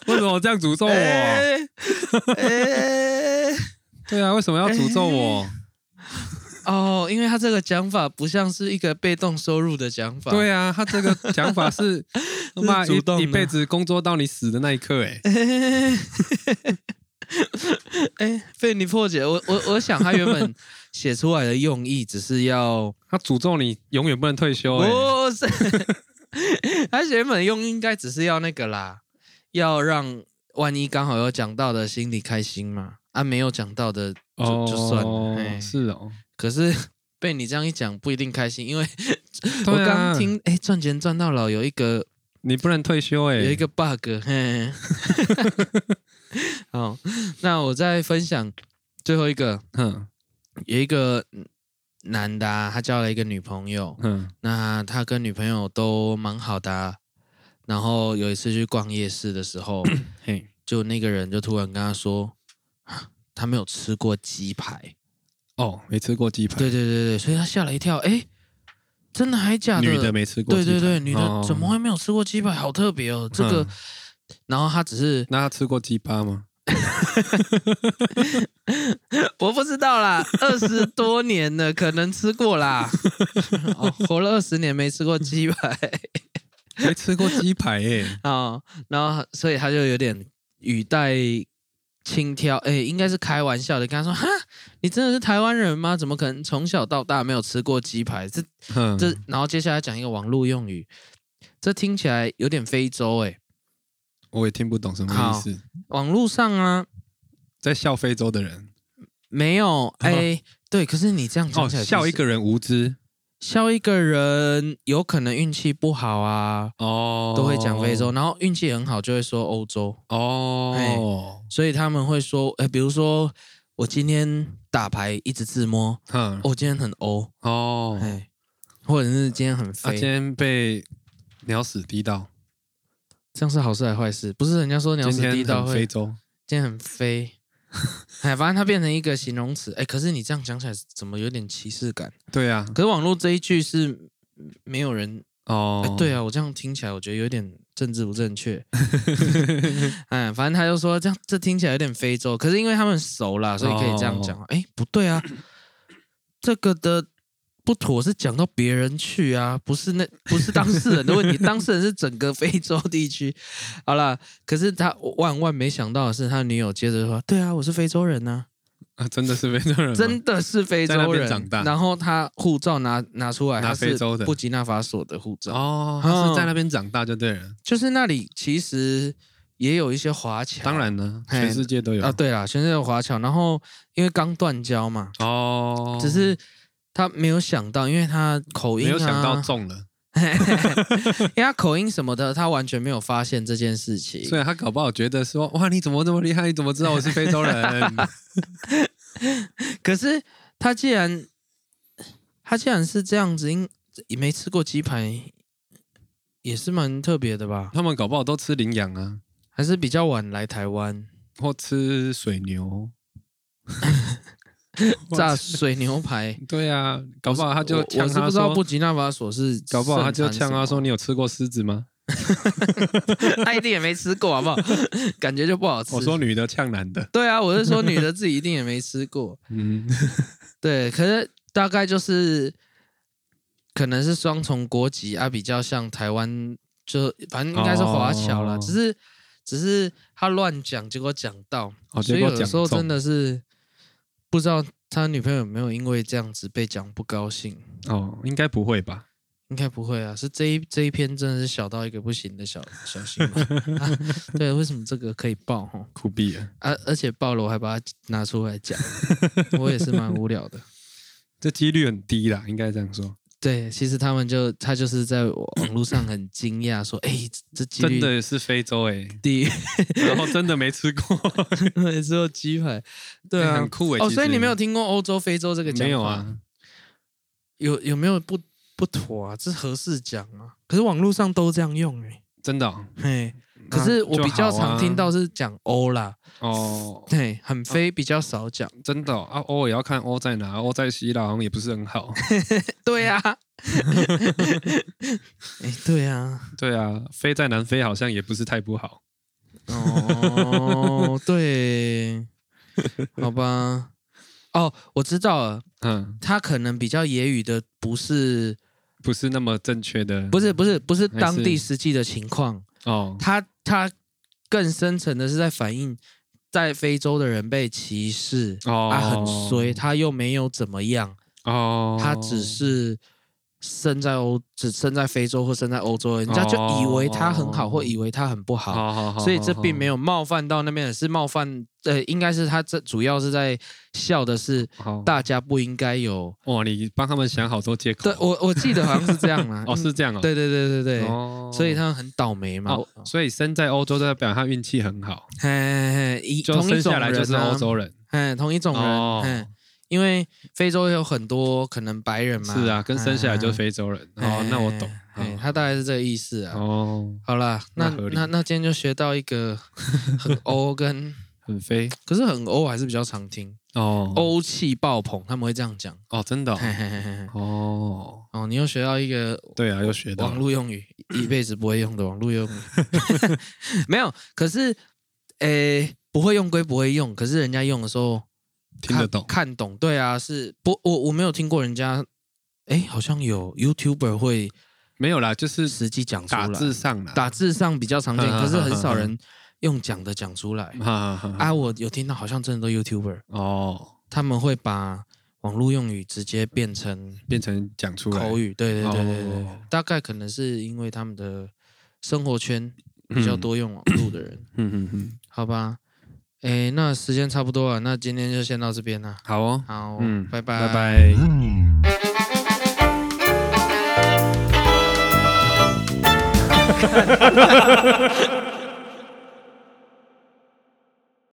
Speaker 3: 为什么这样诅咒我？
Speaker 2: 哎哎
Speaker 3: 对啊，为什么要诅咒我？
Speaker 2: *laughs* 哦，因为他这个讲法不像是一个被动收入的讲法。
Speaker 3: 对啊，他这个讲法
Speaker 2: *laughs*
Speaker 3: 是妈
Speaker 2: 主动
Speaker 3: 一
Speaker 2: 的
Speaker 3: 一辈子工作到你死的那一刻，哎，
Speaker 2: 哎， *laughs* 哎，被你破解。我我我想他原本写出来的用意只是
Speaker 3: *laughs*
Speaker 2: 要，
Speaker 3: 他诅咒你永远不能退休，哎，
Speaker 2: 不是， *laughs* 他原本的用意应该只是要那个啦，要让万一刚好有讲到的心里开心嘛，啊，没有讲到的就就算了。哎
Speaker 3: 哦，是哦，
Speaker 2: 可是 *laughs* 被你这样一讲，不一定开心，因为我
Speaker 3: 对啊
Speaker 2: 刚听，哎，赚钱赚到老有一个
Speaker 3: 你不能退休，哎，
Speaker 2: 有一个 bug，嘿， *laughs* 好，那我再分享最后一个，
Speaker 3: 嗯
Speaker 2: 有一个嗯男的、啊，他交了一个女朋友，
Speaker 3: 嗯
Speaker 2: 那他跟女朋友都蛮好的啊、然后有一次去逛夜市的时 *coughs* 候，
Speaker 3: 嘿，
Speaker 2: 就那个人就突然跟他说，啊他没有吃过鸡排，
Speaker 3: 哦，没吃过鸡排，
Speaker 2: 对对对对，所以他吓了一跳，哎，真的还假的？
Speaker 3: 女的没吃过
Speaker 2: 对
Speaker 3: 鸡排，
Speaker 2: 对对，女的
Speaker 3: 哦
Speaker 2: 怎么？会没有吃过鸡排？好特别哦，这个
Speaker 3: 嗯。
Speaker 2: 然后他只是
Speaker 3: 那他吃过鸡巴吗？
Speaker 2: *laughs* 我不知道啦，二十多年了，可能吃过啦。 *laughs* 哦、活了二十年没吃过鸡排
Speaker 3: 没吃过鸡排，哎，
Speaker 2: 啊、哦然后所以他就有点语带轻佻，哎，应该是开玩笑的，跟他说：“哈，你真的是台湾人吗？怎么可能从小到大没有吃过鸡排？这
Speaker 3: 嗯
Speaker 2: 这……然后接下来讲一个网络用语，这听起来有点非洲哎、
Speaker 3: 我也听不懂什么意思，
Speaker 2: 网络上啊
Speaker 3: 在笑非洲的人
Speaker 2: 没有哎、
Speaker 3: *laughs*
Speaker 2: 对，可是你这样讲
Speaker 3: 哦，
Speaker 2: 起来就是、
Speaker 3: 笑一个人无知
Speaker 2: 笑一个人，有可能运气不好啊。”
Speaker 3: 哦，
Speaker 2: 都会讲非洲，然后运气很好就会说欧洲，
Speaker 3: 哦，
Speaker 2: 所以他们会说，哎，比如说我今天打牌一直自摸，
Speaker 3: 哼
Speaker 2: 我、今天很欧，
Speaker 3: 哦，
Speaker 2: 哎，或者是今天很
Speaker 3: 他
Speaker 2: 飞，
Speaker 3: 今天被鸟屎滴到，
Speaker 2: 这样是好事还是坏事？不是人家说鸟
Speaker 3: 今
Speaker 2: 屎
Speaker 3: 天
Speaker 2: 滴到
Speaker 3: 很
Speaker 2: 会
Speaker 3: 非，洲，
Speaker 2: 今天
Speaker 3: *laughs*
Speaker 2: 很飞，哎，反正它变成一个形容词，哎，可是你这样讲起来怎么有点歧视感？
Speaker 3: 对啊，
Speaker 2: 可是网络这一句是没有人哎
Speaker 3: 哦，，
Speaker 2: 对啊，我这样听起来，我觉得有点政治不正确。 *laughs* 哎，反正他就说这样，这听起来有点非洲，
Speaker 3: 哦
Speaker 2: 可是因为他们熟啦，所以可以这样讲。哎、不对啊，这个的不妥是讲到别人去啊，不是那不是当事人的问题， *laughs* 当事人是整个非洲地区。好啦，可是他万万没想到的是，他女友接着说：“对啊，我是非洲人呐、
Speaker 3: 啊，真的是非洲人吗，
Speaker 2: 真的是非
Speaker 3: 在那
Speaker 2: 洲
Speaker 3: 边
Speaker 2: 人。”
Speaker 3: 长大
Speaker 2: 然后他护照拿拿出来，
Speaker 3: 拿
Speaker 2: 他
Speaker 3: 非
Speaker 2: 是
Speaker 3: 洲的
Speaker 2: 布吉纳法索的护照，
Speaker 3: 哦，他是
Speaker 2: 嗯
Speaker 3: 在那边长大就对了。
Speaker 2: 就是那里其实也有一些华侨。
Speaker 3: 当然呢，
Speaker 2: 嘿
Speaker 3: 全世界都有
Speaker 2: 啊，对啦，全是有华侨。然后因为刚断交嘛，
Speaker 3: 哦，
Speaker 2: 只是他没有想到，因为他口音、
Speaker 3: 没
Speaker 2: 啊、
Speaker 3: 有想到中了，
Speaker 2: *laughs* 因为他口音什么的，他完全没有发现这件事情。
Speaker 3: 所以他搞不好觉得说，哇，你怎么这么厉害？你怎么知道我是非洲人？
Speaker 2: 可是他既然他既然是这样子，应也没吃过鸡排，也是蛮特别的吧？
Speaker 3: 他们搞不好都吃羚羊啊，
Speaker 2: 还是比较晚来台湾，
Speaker 3: 或吃水牛，或
Speaker 2: *laughs* 炸
Speaker 3: 吃
Speaker 2: 水牛排。
Speaker 3: 对啊，搞不好他就
Speaker 2: 我
Speaker 3: 呛
Speaker 2: 我是
Speaker 3: 他
Speaker 2: 不知道
Speaker 3: 说，
Speaker 2: 布吉纳法索是，
Speaker 3: 搞不好他就呛
Speaker 2: 哦
Speaker 3: 他说，你，有吃过狮子吗？
Speaker 2: *laughs* 他一定也没吃过，好不好？ *laughs* 感觉就不好吃。
Speaker 3: 我说女的呛男的，
Speaker 2: 对啊，我是说女的自己一定也没吃过。 *laughs*
Speaker 3: 嗯，
Speaker 2: 对，可是大概就是可能是双重国籍啊，比较像台湾，就反正应该是华侨啦，
Speaker 3: 哦
Speaker 2: 只是只是他乱讲，结果讲到，
Speaker 3: *laughs* 哦
Speaker 2: 所
Speaker 3: 结
Speaker 2: 以
Speaker 3: 果
Speaker 2: 有的
Speaker 3: 讲
Speaker 2: 时候
Speaker 3: 中
Speaker 2: 真的是不知道他女朋友有没有因为这样子被讲不高兴。
Speaker 3: 哦，应该不会吧？
Speaker 2: 应该不会啊，是这一这一篇真的是小到一个不行的小小新闻、啊。 *laughs* 对，为什么这个可以爆哈？
Speaker 3: 酷毙了！
Speaker 2: 而、啊而且爆了，我还把它拿出来讲，我也是蛮无聊的。
Speaker 3: 这几率很低啦，应该这样说。
Speaker 2: 对，其实他们就他就是在网络上很惊讶，说：“哎、这几率
Speaker 3: 真的是非洲哎、
Speaker 2: 低， *laughs*
Speaker 3: 然后真的没吃过，
Speaker 2: 只有鸡排。” *laughs* 对
Speaker 3: 欸
Speaker 2: 啊
Speaker 3: 很，酷哎、
Speaker 2: 哦，
Speaker 3: 其实
Speaker 2: 所以你没有听过欧洲、非洲这个讲法？
Speaker 3: 没有，啊？
Speaker 2: 有有没有不不妥啊？这合适讲啊？可是网络上都这样用哎、
Speaker 3: 真的哦、
Speaker 2: 嘿，
Speaker 3: 那
Speaker 2: 可是我
Speaker 3: 就
Speaker 2: 比较
Speaker 3: 好
Speaker 2: 常
Speaker 3: 啊
Speaker 2: 听到是讲欧啦，
Speaker 3: 哦，
Speaker 2: 对，很非比较少讲。 *laughs*
Speaker 3: 真的哦、啊，欧也要看欧在哪，欧在希腊好像也不是很好。*laughs*
Speaker 2: 对啊， *laughs* 哎、对啊，
Speaker 3: 对啊，飞在南非好像也不是太不好。
Speaker 2: 哦，对，好吧，哦，我知道了。
Speaker 3: 嗯，
Speaker 2: 他可能比较揶揄的不是
Speaker 3: 不是那么正确的，
Speaker 2: 不是不是不是
Speaker 3: 还是
Speaker 2: 当地实际的情况，
Speaker 3: 哦，
Speaker 2: 他他更深层的是在反映在非洲的人被歧视，
Speaker 3: 哦，
Speaker 2: 他很衰，他又没有怎么样，
Speaker 3: 哦，
Speaker 2: 他只是生在欧只生在非洲或生在欧洲，人家就以为他很好
Speaker 3: 哦
Speaker 2: 或以为他很不好。
Speaker 3: 好好好，
Speaker 2: 所以这并没
Speaker 3: 有
Speaker 2: 有冒犯到那边的，是冒犯，呃，应该是他这主要是在笑的是
Speaker 3: 好
Speaker 2: 大家不应该有，
Speaker 3: 哇，你帮他们想好多借口。，
Speaker 2: *laughs* 对我我记得好像是这样啦嗯
Speaker 3: 哦，是这样哦，
Speaker 2: 对对对对对，
Speaker 3: 哦，
Speaker 2: 所以他们很倒霉嘛。
Speaker 3: 哦，所以生在欧洲代表他运气很好，
Speaker 2: 嘿嘿嘿，一
Speaker 3: 就
Speaker 2: 同
Speaker 3: 生
Speaker 2: 一种
Speaker 3: 下来
Speaker 2: 人
Speaker 3: 就是
Speaker 2: 啊
Speaker 3: 欧，洲人。
Speaker 2: 嘿，同一种人，
Speaker 3: 哦
Speaker 2: 嘿，因为非洲有很多可能白人嘛，
Speaker 3: 是啊，跟生下来就是
Speaker 2: 嗯，
Speaker 3: 非洲人。
Speaker 2: 嗯
Speaker 3: 哦，那我懂。
Speaker 2: 嘿
Speaker 3: 哦
Speaker 2: 他大概是这个意思啊。
Speaker 3: 哦，
Speaker 2: 好啦，那
Speaker 3: 那合理
Speaker 2: 那那今天就学到
Speaker 3: *laughs*
Speaker 2: 一个很欧跟，
Speaker 3: 很飞
Speaker 2: 可是很欧还是比较常听，
Speaker 3: 哦
Speaker 2: 欧气爆棚，他们会这样讲。
Speaker 3: 哦，真的哦
Speaker 2: 嘿嘿嘿嘿嘿
Speaker 3: 哦，
Speaker 2: 哦，你又学到一个
Speaker 3: 对啊，又学到
Speaker 2: 网
Speaker 3: 了
Speaker 2: 络用语，
Speaker 3: *clears throat*
Speaker 2: 一辈子不会用的网络用
Speaker 3: *laughs*
Speaker 2: 语。没有，可是，诶、不会用归不会用，可是人家用的时候
Speaker 3: 听得懂
Speaker 2: 看看懂。对啊，是不？我我没有听过人家，诶、好像有 YouTuber 会
Speaker 3: 没有啦，就是
Speaker 2: 实际讲出
Speaker 3: 打
Speaker 2: 来，
Speaker 3: 字上啦，
Speaker 2: 打字上比较常见，
Speaker 3: 嗯嗯
Speaker 2: 可是很少
Speaker 3: 嗯嗯
Speaker 2: 人用讲的讲出来。
Speaker 3: 哈哈哈
Speaker 2: 啊，我有听到，好像真的都 YouTuber
Speaker 3: 哦，
Speaker 2: 他们会把网络用语直接变成
Speaker 3: 变成讲出来
Speaker 2: 口语，对对对对对，
Speaker 3: 哦
Speaker 2: 大概可能是因为他们的生活圈比较，多用网络的人，
Speaker 3: *clears throat* 嗯嗯嗯嗯，
Speaker 2: 好吧？诶，那时间差不多了，那今天就先到这边啦。
Speaker 3: 好哦，
Speaker 2: 好，
Speaker 3: 嗯，
Speaker 2: 拜拜，
Speaker 3: 拜。拜。